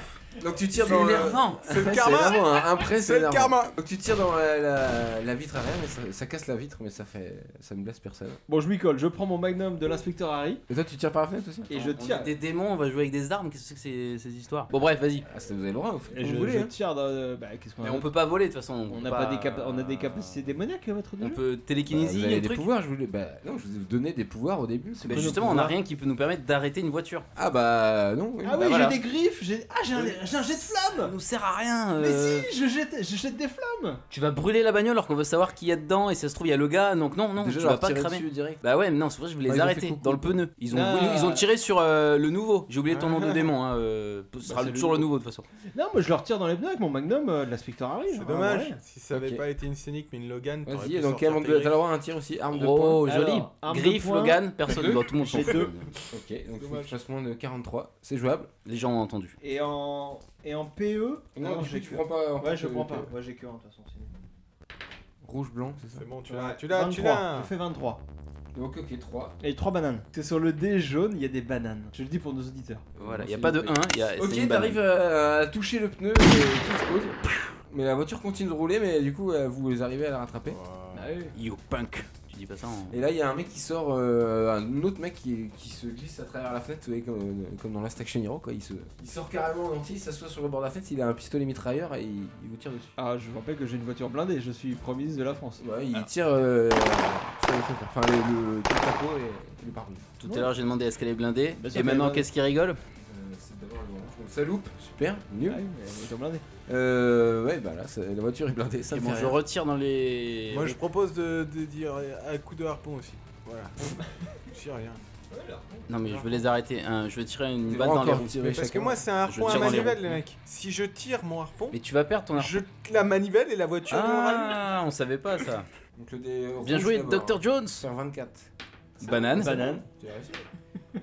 Donc tu tires
C'est
dans. le-
énervant
C'est le
Ouais,
karma.
C'est vraiment Ah, un, un prêt,
C'est le
énervant.
karma.
Donc tu tires dans la, la- la vitre arrière, mais ça, ça casse la vitre, mais ça fait, ça ne blesse personne.
Bon, je m'y colle, je prends mon magnum de l'inspecteur Harry
Et toi, tu tires par la fenêtre aussi
et je
On est
tire.
Des démons, on va jouer avec des armes, qu'est-ce que c'est que ces, ces histoires Bon, bref, vas-y.
Ah, ça vous avez le droit, vous faites
Et
comme
je,
vous voulez.
je
hein.
tire dans. euh, bah, qu'est-ce qu'on
Mais
a
on peut pas voler de toute façon.
On
peut
n'a pas des capa- on a des capacités démoniaques, maître du
On
jeu
peut télékinésie,
vous avez
un
des
truc.
pouvoirs, je voulais. Bah non, je vous ai donné des pouvoirs au début. c'est
Mais
pas nos
justement, on a
pouvoirs.
rien qui peut nous permettre d'arrêter une voiture.
Ah bah non. oui,
Ah
bah
oui,
voilà.
j'ai des griffes, j'ai ah j'ai un, j'ai j'ai un jet de
Ça
flamme
nous sert à rien. euh,
Mais si, je jette, je jette des flammes
Tu vas brûler la bagnole alors qu'on veut savoir qui y a dedans et si ça se trouve il y a le gars. Donc non, non,
Déjà,
tu
leur
vas pas
tirer
cramer.
dessus direct.
Bah ouais, mais non, c'est vrai, je voulais
Ah, ils
les
ont fait
arrêter
coucou.
dans le pneu. Ils ont,
Ah.
ils ont tiré sur euh, le nouveau. J'ai oublié ton nom de
Ah.
démon. Hein. euh, ce sera
c'est
toujours
le
le nouveau de toute façon.
Non, moi je leur tire dans les pneus avec mon magnum euh, de la Spectre arrive.
C'est dommage. Si ça avait
Ok.
pas été une scénique mais une Logan, t'aurais
Vas-y,
pu
et donc quel
sortir
monde
tes
de- t'as le
griffes.
droit à un tir aussi, arme de poing.
Oh,
Alors,
joli.
arme de
Griffe,
poing.
Logan, personne.
Deux.
Bon, tout le monde s'en
J'ai
fout.
deux.
Ok, donc faut que
Dommage.
je fasse moins de 43, c'est jouable.
Les gens ont entendu.
Et en, et en PE
Non,
alors,
du coup,
j'ai
Ah, tu
que-
prends pas. en
Ouais, je
fait,
prends
le-
pas. Moi j'ai que un, de toute façon. sinon.
Rouge, blanc, c'est ça
C'est bon, tu
Ouais,
l'as, tu l'as, tu
23.
l'as.
Je fais 23.
Donc, ok, 3.
Et 3 bananes. C'est sur le dé jaune, il y a des bananes. Je le dis pour nos auditeurs.
Voilà, il
Non,
n'y a
Bah, c'est
pas de 1.
nickel. Ok, t'arrives euh, à toucher le pneu et qui explose. Mais la voiture continue de rouler, mais du coup, euh, vous arrivez à la rattraper.
You punk. Tu dis pas ça hein. en.
Et là, il y a un mec qui sort, euh, un autre mec qui, qui se glisse à travers la fenêtre, vous voyez, comme, euh, comme dans Last Action Hero, quoi. Il, se, il sort carrément en entier, il s'assoit sur le bord de la fenêtre, il a un pistolet mitrailleur et il, il vous tire dessus.
Ah, je vous rappelle que j'ai une voiture blindée, je suis Premier ministre de la France.
Ouais, il tire euh, sur le chauffeur. enfin, le, le, tout le capot et le pare
Tout
Ouais.
à l'heure, j'ai demandé est-ce qu'elle est blindée.
Bien sûr
Et
qu'elle est
maintenant,
blindée.
qu'est-ce qui rigole
Euh, C'est d'abord le moment. Donc, Ça loupe, super, nul.
Ouais, mais voiture blindée.
Euh, ouais, bah là, ça- la voiture est blindée, ça
Et
me
bon,
fait
je
rire.
retire dans les.
Moi, je propose de, de dire euh, un coup de harpon aussi. Voilà. Je dis rien.
Non, mais je veux les arrêter. hein, je veux tirer une
T'es
balle dans les
encore
roues.
tiré
Mais parce que
chacun.
moi, c'est un
Je
harpon à
tire dans les
manivelle,
roues.
les mecs. Si je tire mon harpon,
Mais tu vas perdre ton arme.
je la manivelle et la voiture aura
Ah, on savait pas ça.
Donc, le dé
Bien
rouge
joué,
d'abord.
Dr. Jones.
Sur 24.
Banane.
Banane.
Tu as réussi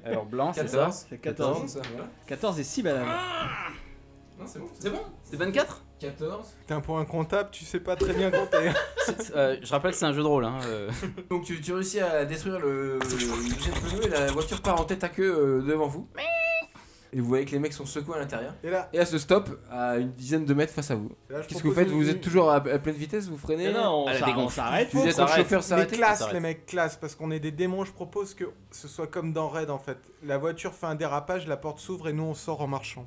Alors, blanc, c'est ça.
14.
C'est
14,
14.
ça, voilà.
14 et 6 bananes.
Non, c'est bon. C'est bon
C'est 24
14.
T'es un point comptable, tu sais pas très bien compter.
C'est- euh, je rappelle que c'est un jeu de rôle. Hein. euh.
Donc tu, tu réussis à détruire le, le jet de pneu et la voiture part en tête à queue euh, devant vous. Et vous voyez que les mecs sont secoués à l'intérieur.
Et là,
Et elle se stoppe à une dizaine de mètres face à vous.
et là, je
Qu'est-ce que vous
propose
faites
une-
Vous êtes toujours à, à pleine vitesse Vous freinez
Et non, on
Elle a
s'arr-
des
on
gonfles.
s'arrête.
Vous dites au
s'arrête.
chauffeur
Mais
s'arrêter
classe
Arrête.
les mecs, classe, parce qu'on est des démons, je propose que ce soit comme dans Raid en fait. La voiture fait un dérapage, la porte s'ouvre et nous on sort en marchant.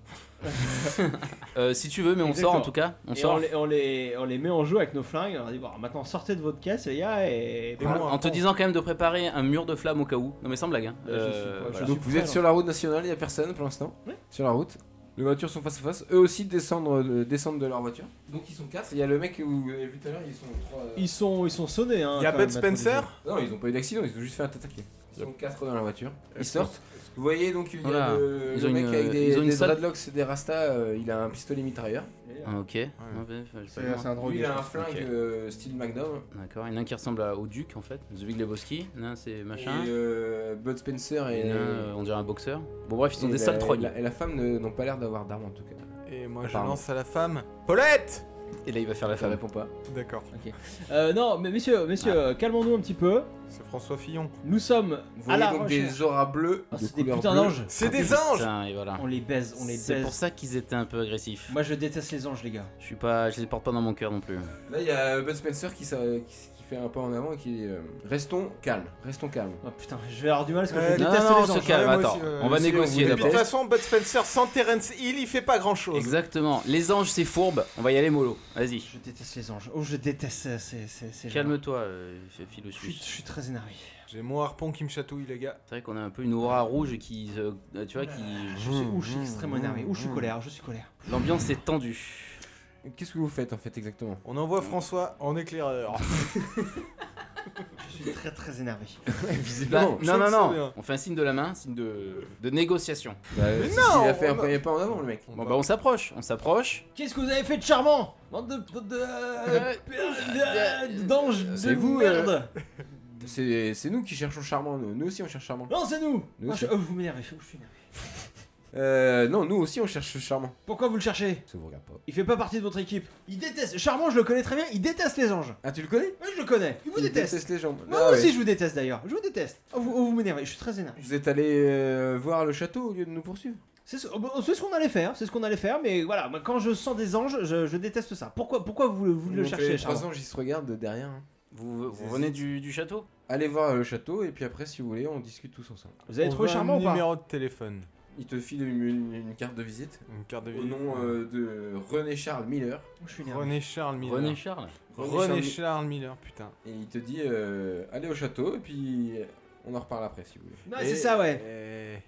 Euh, si tu veux, mais on
Exactement.
sort en tout cas. On
Et
sort.
on les, on, les, on les met en jeu avec nos flingues, on leur dit bon, maintenant sortez de votre caisse les gars et...
Et moi,
En te
attends.
disant quand même de préparer un mur de flammes au cas où. Non mais sans blague. Hein.
Là, je suis
Euh,
pas- hein. je
voilà.
suis-
Donc vous êtes sur la route nationale, il n'y a personne pour l'instant.
Ouais.
Sur la route. Les voitures sont face à face. Eux aussi descendent, euh, descendent de leur voiture. Donc ils sont 4. Il y a le mec que vous avez vu tout à l'heure, ils sont euh, 3.
Ils sont, ils sont sonnés hein.
Il y a
quand
Bud
même, maître
Spencer
Olivier.
Non, ils n'ont pas eu d'accident, ils ont juste fait un attaquer. Ils sont 4 dans la voiture. Ils sortent. Vous voyez donc il y a
Voilà.
le,
Ils
le
ont
mec
une,
avec
euh,
des,
ils ont une
des
salle.
dreadlocks et des rastas, euh, il a un pistolet mitrailleur.
hein.
Ah, ok. Ah, bah, j'ai pas le
C'est
droit.
c'est un drogué.
Lui, il
je
a un
pense.
flingue
Ok.
euh, style Magnum.
D'accord. Il y en a un qui ressemble à- au duc en fait. The Big Lebowski. L'un c'est machin.
Et euh, Bud Spencer
Il
et,
y en a un, euh, on dirait un boxeur. Bon bref, ils sont
et
bah,
des
la-
sales trolls.
et la, et la femme ne- n'ont pas l'air d'avoir d'armes en tout cas.
Et moi je
Pardon.
lance à la femme Paulette
Et là il va faire la
Ça
femme.
répond pas.
D'accord,
Euh, non mais messieurs, messieurs
Ah.
euh, calmons-nous un petit peu.
c'est François Fillon.
Nous sommes
Vous
à
voyez
la
donc
recherche.
des auras bleues.
Ah,
de
c'est des
couleur
putains
bleue.
d'anges.
Ah, C'est des anges
Putain, et voilà.
On les baise, on les
C'est
baise. Bah.
pour ça qu'ils étaient un peu agressifs.
Moi je déteste les anges les gars.
Je suis pas, je les porte pas dans mon cœur non plus.
Là, il y a Bud Spencer qui, s'a- qui, qui fait un pas en avant et qui dit euh, Restons calmes, restons calmes.
Oh putain, je vais avoir du mal parce que
Ouais,
je
non,
déteste
non, on
les
se
anges.
calme.
Ouais, moi
Attends,
aussi, euh,
on va
si, on
Et
négocier
vous
puis de
d'abord.
toute façon, Bud Spencer sans Terence Hill, il fait pas grand
Oh.
chose.
Exactement. Les anges c'est fourbe. On va y aller mollo. Vas-y.
Je déteste les anges. Oh, je déteste euh, ces, ces, ces gens.
Calme-toi, euh, Philo.
Je suis, je suis très énervé.
J'ai mon harpon qui me chatouille, les gars.
C'est vrai qu'on a un peu une aura rouge qui, se- euh, tu vois, qui.
Je suis, ou je suis extrêmement énervé, ou je suis colère, je suis colère.
L'ambiance est tendue.
Qu'est-ce que vous faites en fait exactement
On envoie François en éclaireur.
Je suis très très énervé.
Visiblement.
je
Bah, non, non,
le sais
non.
bien.
On fait un signe de la main, signe de, de négociation.
Bah, si, si,
non,
Il a fait un
on-
premier pas en avant, le mec.
Bon, bah, on s'approche, on s'approche.
Qu'est-ce que vous avez fait de charmant Bande de. de. Ah,
Euh,
de. de- d'anges de
C'est vous, euh,
merde
C'est c'est nous qui cherchons charmant, nous. Nous aussi on cherche charmant.
Non, c'est nous
Nous
Ah,
aussi.
je- oh, Vous m'énervez, je suis énervé.
Euh, non, nous aussi on cherche charmant.
Pourquoi vous le cherchez
Ça vous regarde pas.
Il fait pas partie de votre équipe. Il déteste. Charmant, je le connais très bien, il déteste les anges.
Ah, tu le connais
Oui, je le connais. Il vous déteste.
les gens.
Moi
Ah
aussi,
ouais.
je vous déteste d'ailleurs. Je vous déteste. Oh, vous, oh, vous m'énervez, je suis très énervé.
Vous êtes allé euh, voir le château au lieu de nous poursuivre
C'est ce, oh, bah, c'est ce qu'on allait faire, c'est ce qu'on allait faire, mais voilà, moi, quand je sens des anges, je, je déteste ça. Pourquoi, pourquoi vous, vous le
Donc,
cherchez,
les
Charles
trois anges, ils se regardent de derrière. hein.
Vous,
C'est-
vous venez du, du château
Allez voir le château et puis après, si vous voulez, on discute tous ensemble.
Vous avez
On
trouvé
veut un
charmant ou pas
numéro de téléphone.
Il te file une, une- une carte de visite
Une carte de
au
visite.
nom euh, de René Charles Miller.
Je suis énervé.
René Charles Miller.
René Charles.
René
Charles-
Charles Miller, putain.
Et il te dit euh, allez au château et puis On en reparle après si vous voulez.
Non,
Et-
c'est ça, ouais.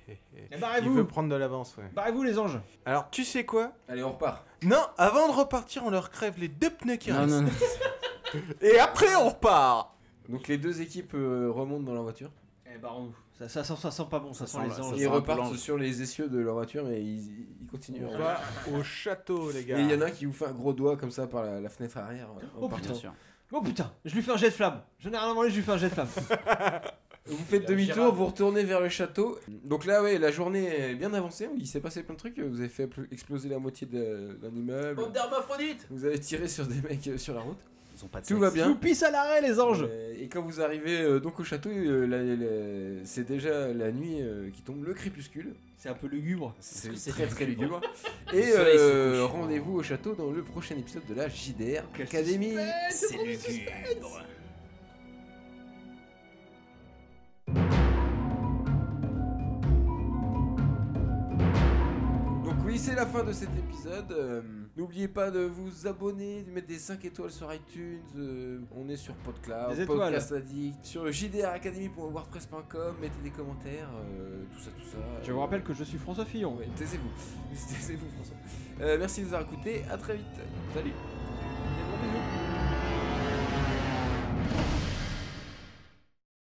Eh, eh, eh.
Et
Il veut
Barrez-vous.
prendre de l'avance, ouais.
Barrez-vous, les anges.
Alors, tu sais quoi
Allez, on repart.
Non, avant de repartir, on leur crève les deux pneus qui
Non,
restent.
non, non.
Et après, on repart
Donc les deux équipes euh, remontent dans leur voiture.
Eh, barrons-nous. Ça, ça, sent, ça sent pas bon, ça,
Ça
sent,
sent
les
la-
anges.
ils
sera
repartent
blanc.
sur les essieux de leur voiture et ils, ils continuent.
On va au château, les
Et
gars.
il y en a un qui vous fait un gros doigt comme ça par la, la fenêtre arrière. en- en
Oh,
partant.
Bien sûr.
Oh putain, je lui fais un jet de flamme. Généralement, je lui fais un jet de flamme.
Vous faites
La
demi-tour,
girafe.
vous retournez vers le château. Donc là, ouais, la journée est bien avancée. Il s'est passé plein de trucs. Vous avez fait pl- exploser la moitié de- d'un immeuble.
d'hermaphrodite
Vous avez tiré sur des mecs euh, sur la route.
Ils ont pas de
Tout
sexe.
va bien.
Soupisse à l'arrêt, les anges
Euh, Et quand vous arrivez euh, donc au château, euh, la- la- c'est déjà la nuit euh, qui tombe, le crépuscule.
C'est un peu lugubre.
Est-ce que
C'est
c'est
très très lugubre.
lugubre Le
Et
soleil se
euh,
couche.
rendez-vous au château dans le prochain épisode de la JDR
Quel
Academy.
C'est lugubre.
Donc oui, c'est la fin de cet épisode. Euh, N'oubliez pas de vous abonner, de mettre des 5 étoiles sur iTunes. Euh, on est sur
Des
PodCloud,
étoiles.
Podcast Addict, sur jdracademy.wordpress.com. Mettez des commentaires, euh, tout ça, tout ça.
Je vous rappelle que je suis François Fillon.
Euh, Ouais, taisez-vous. Taisez-vous, François. Euh, merci de nous avoir écoutés. À très vite. Salut.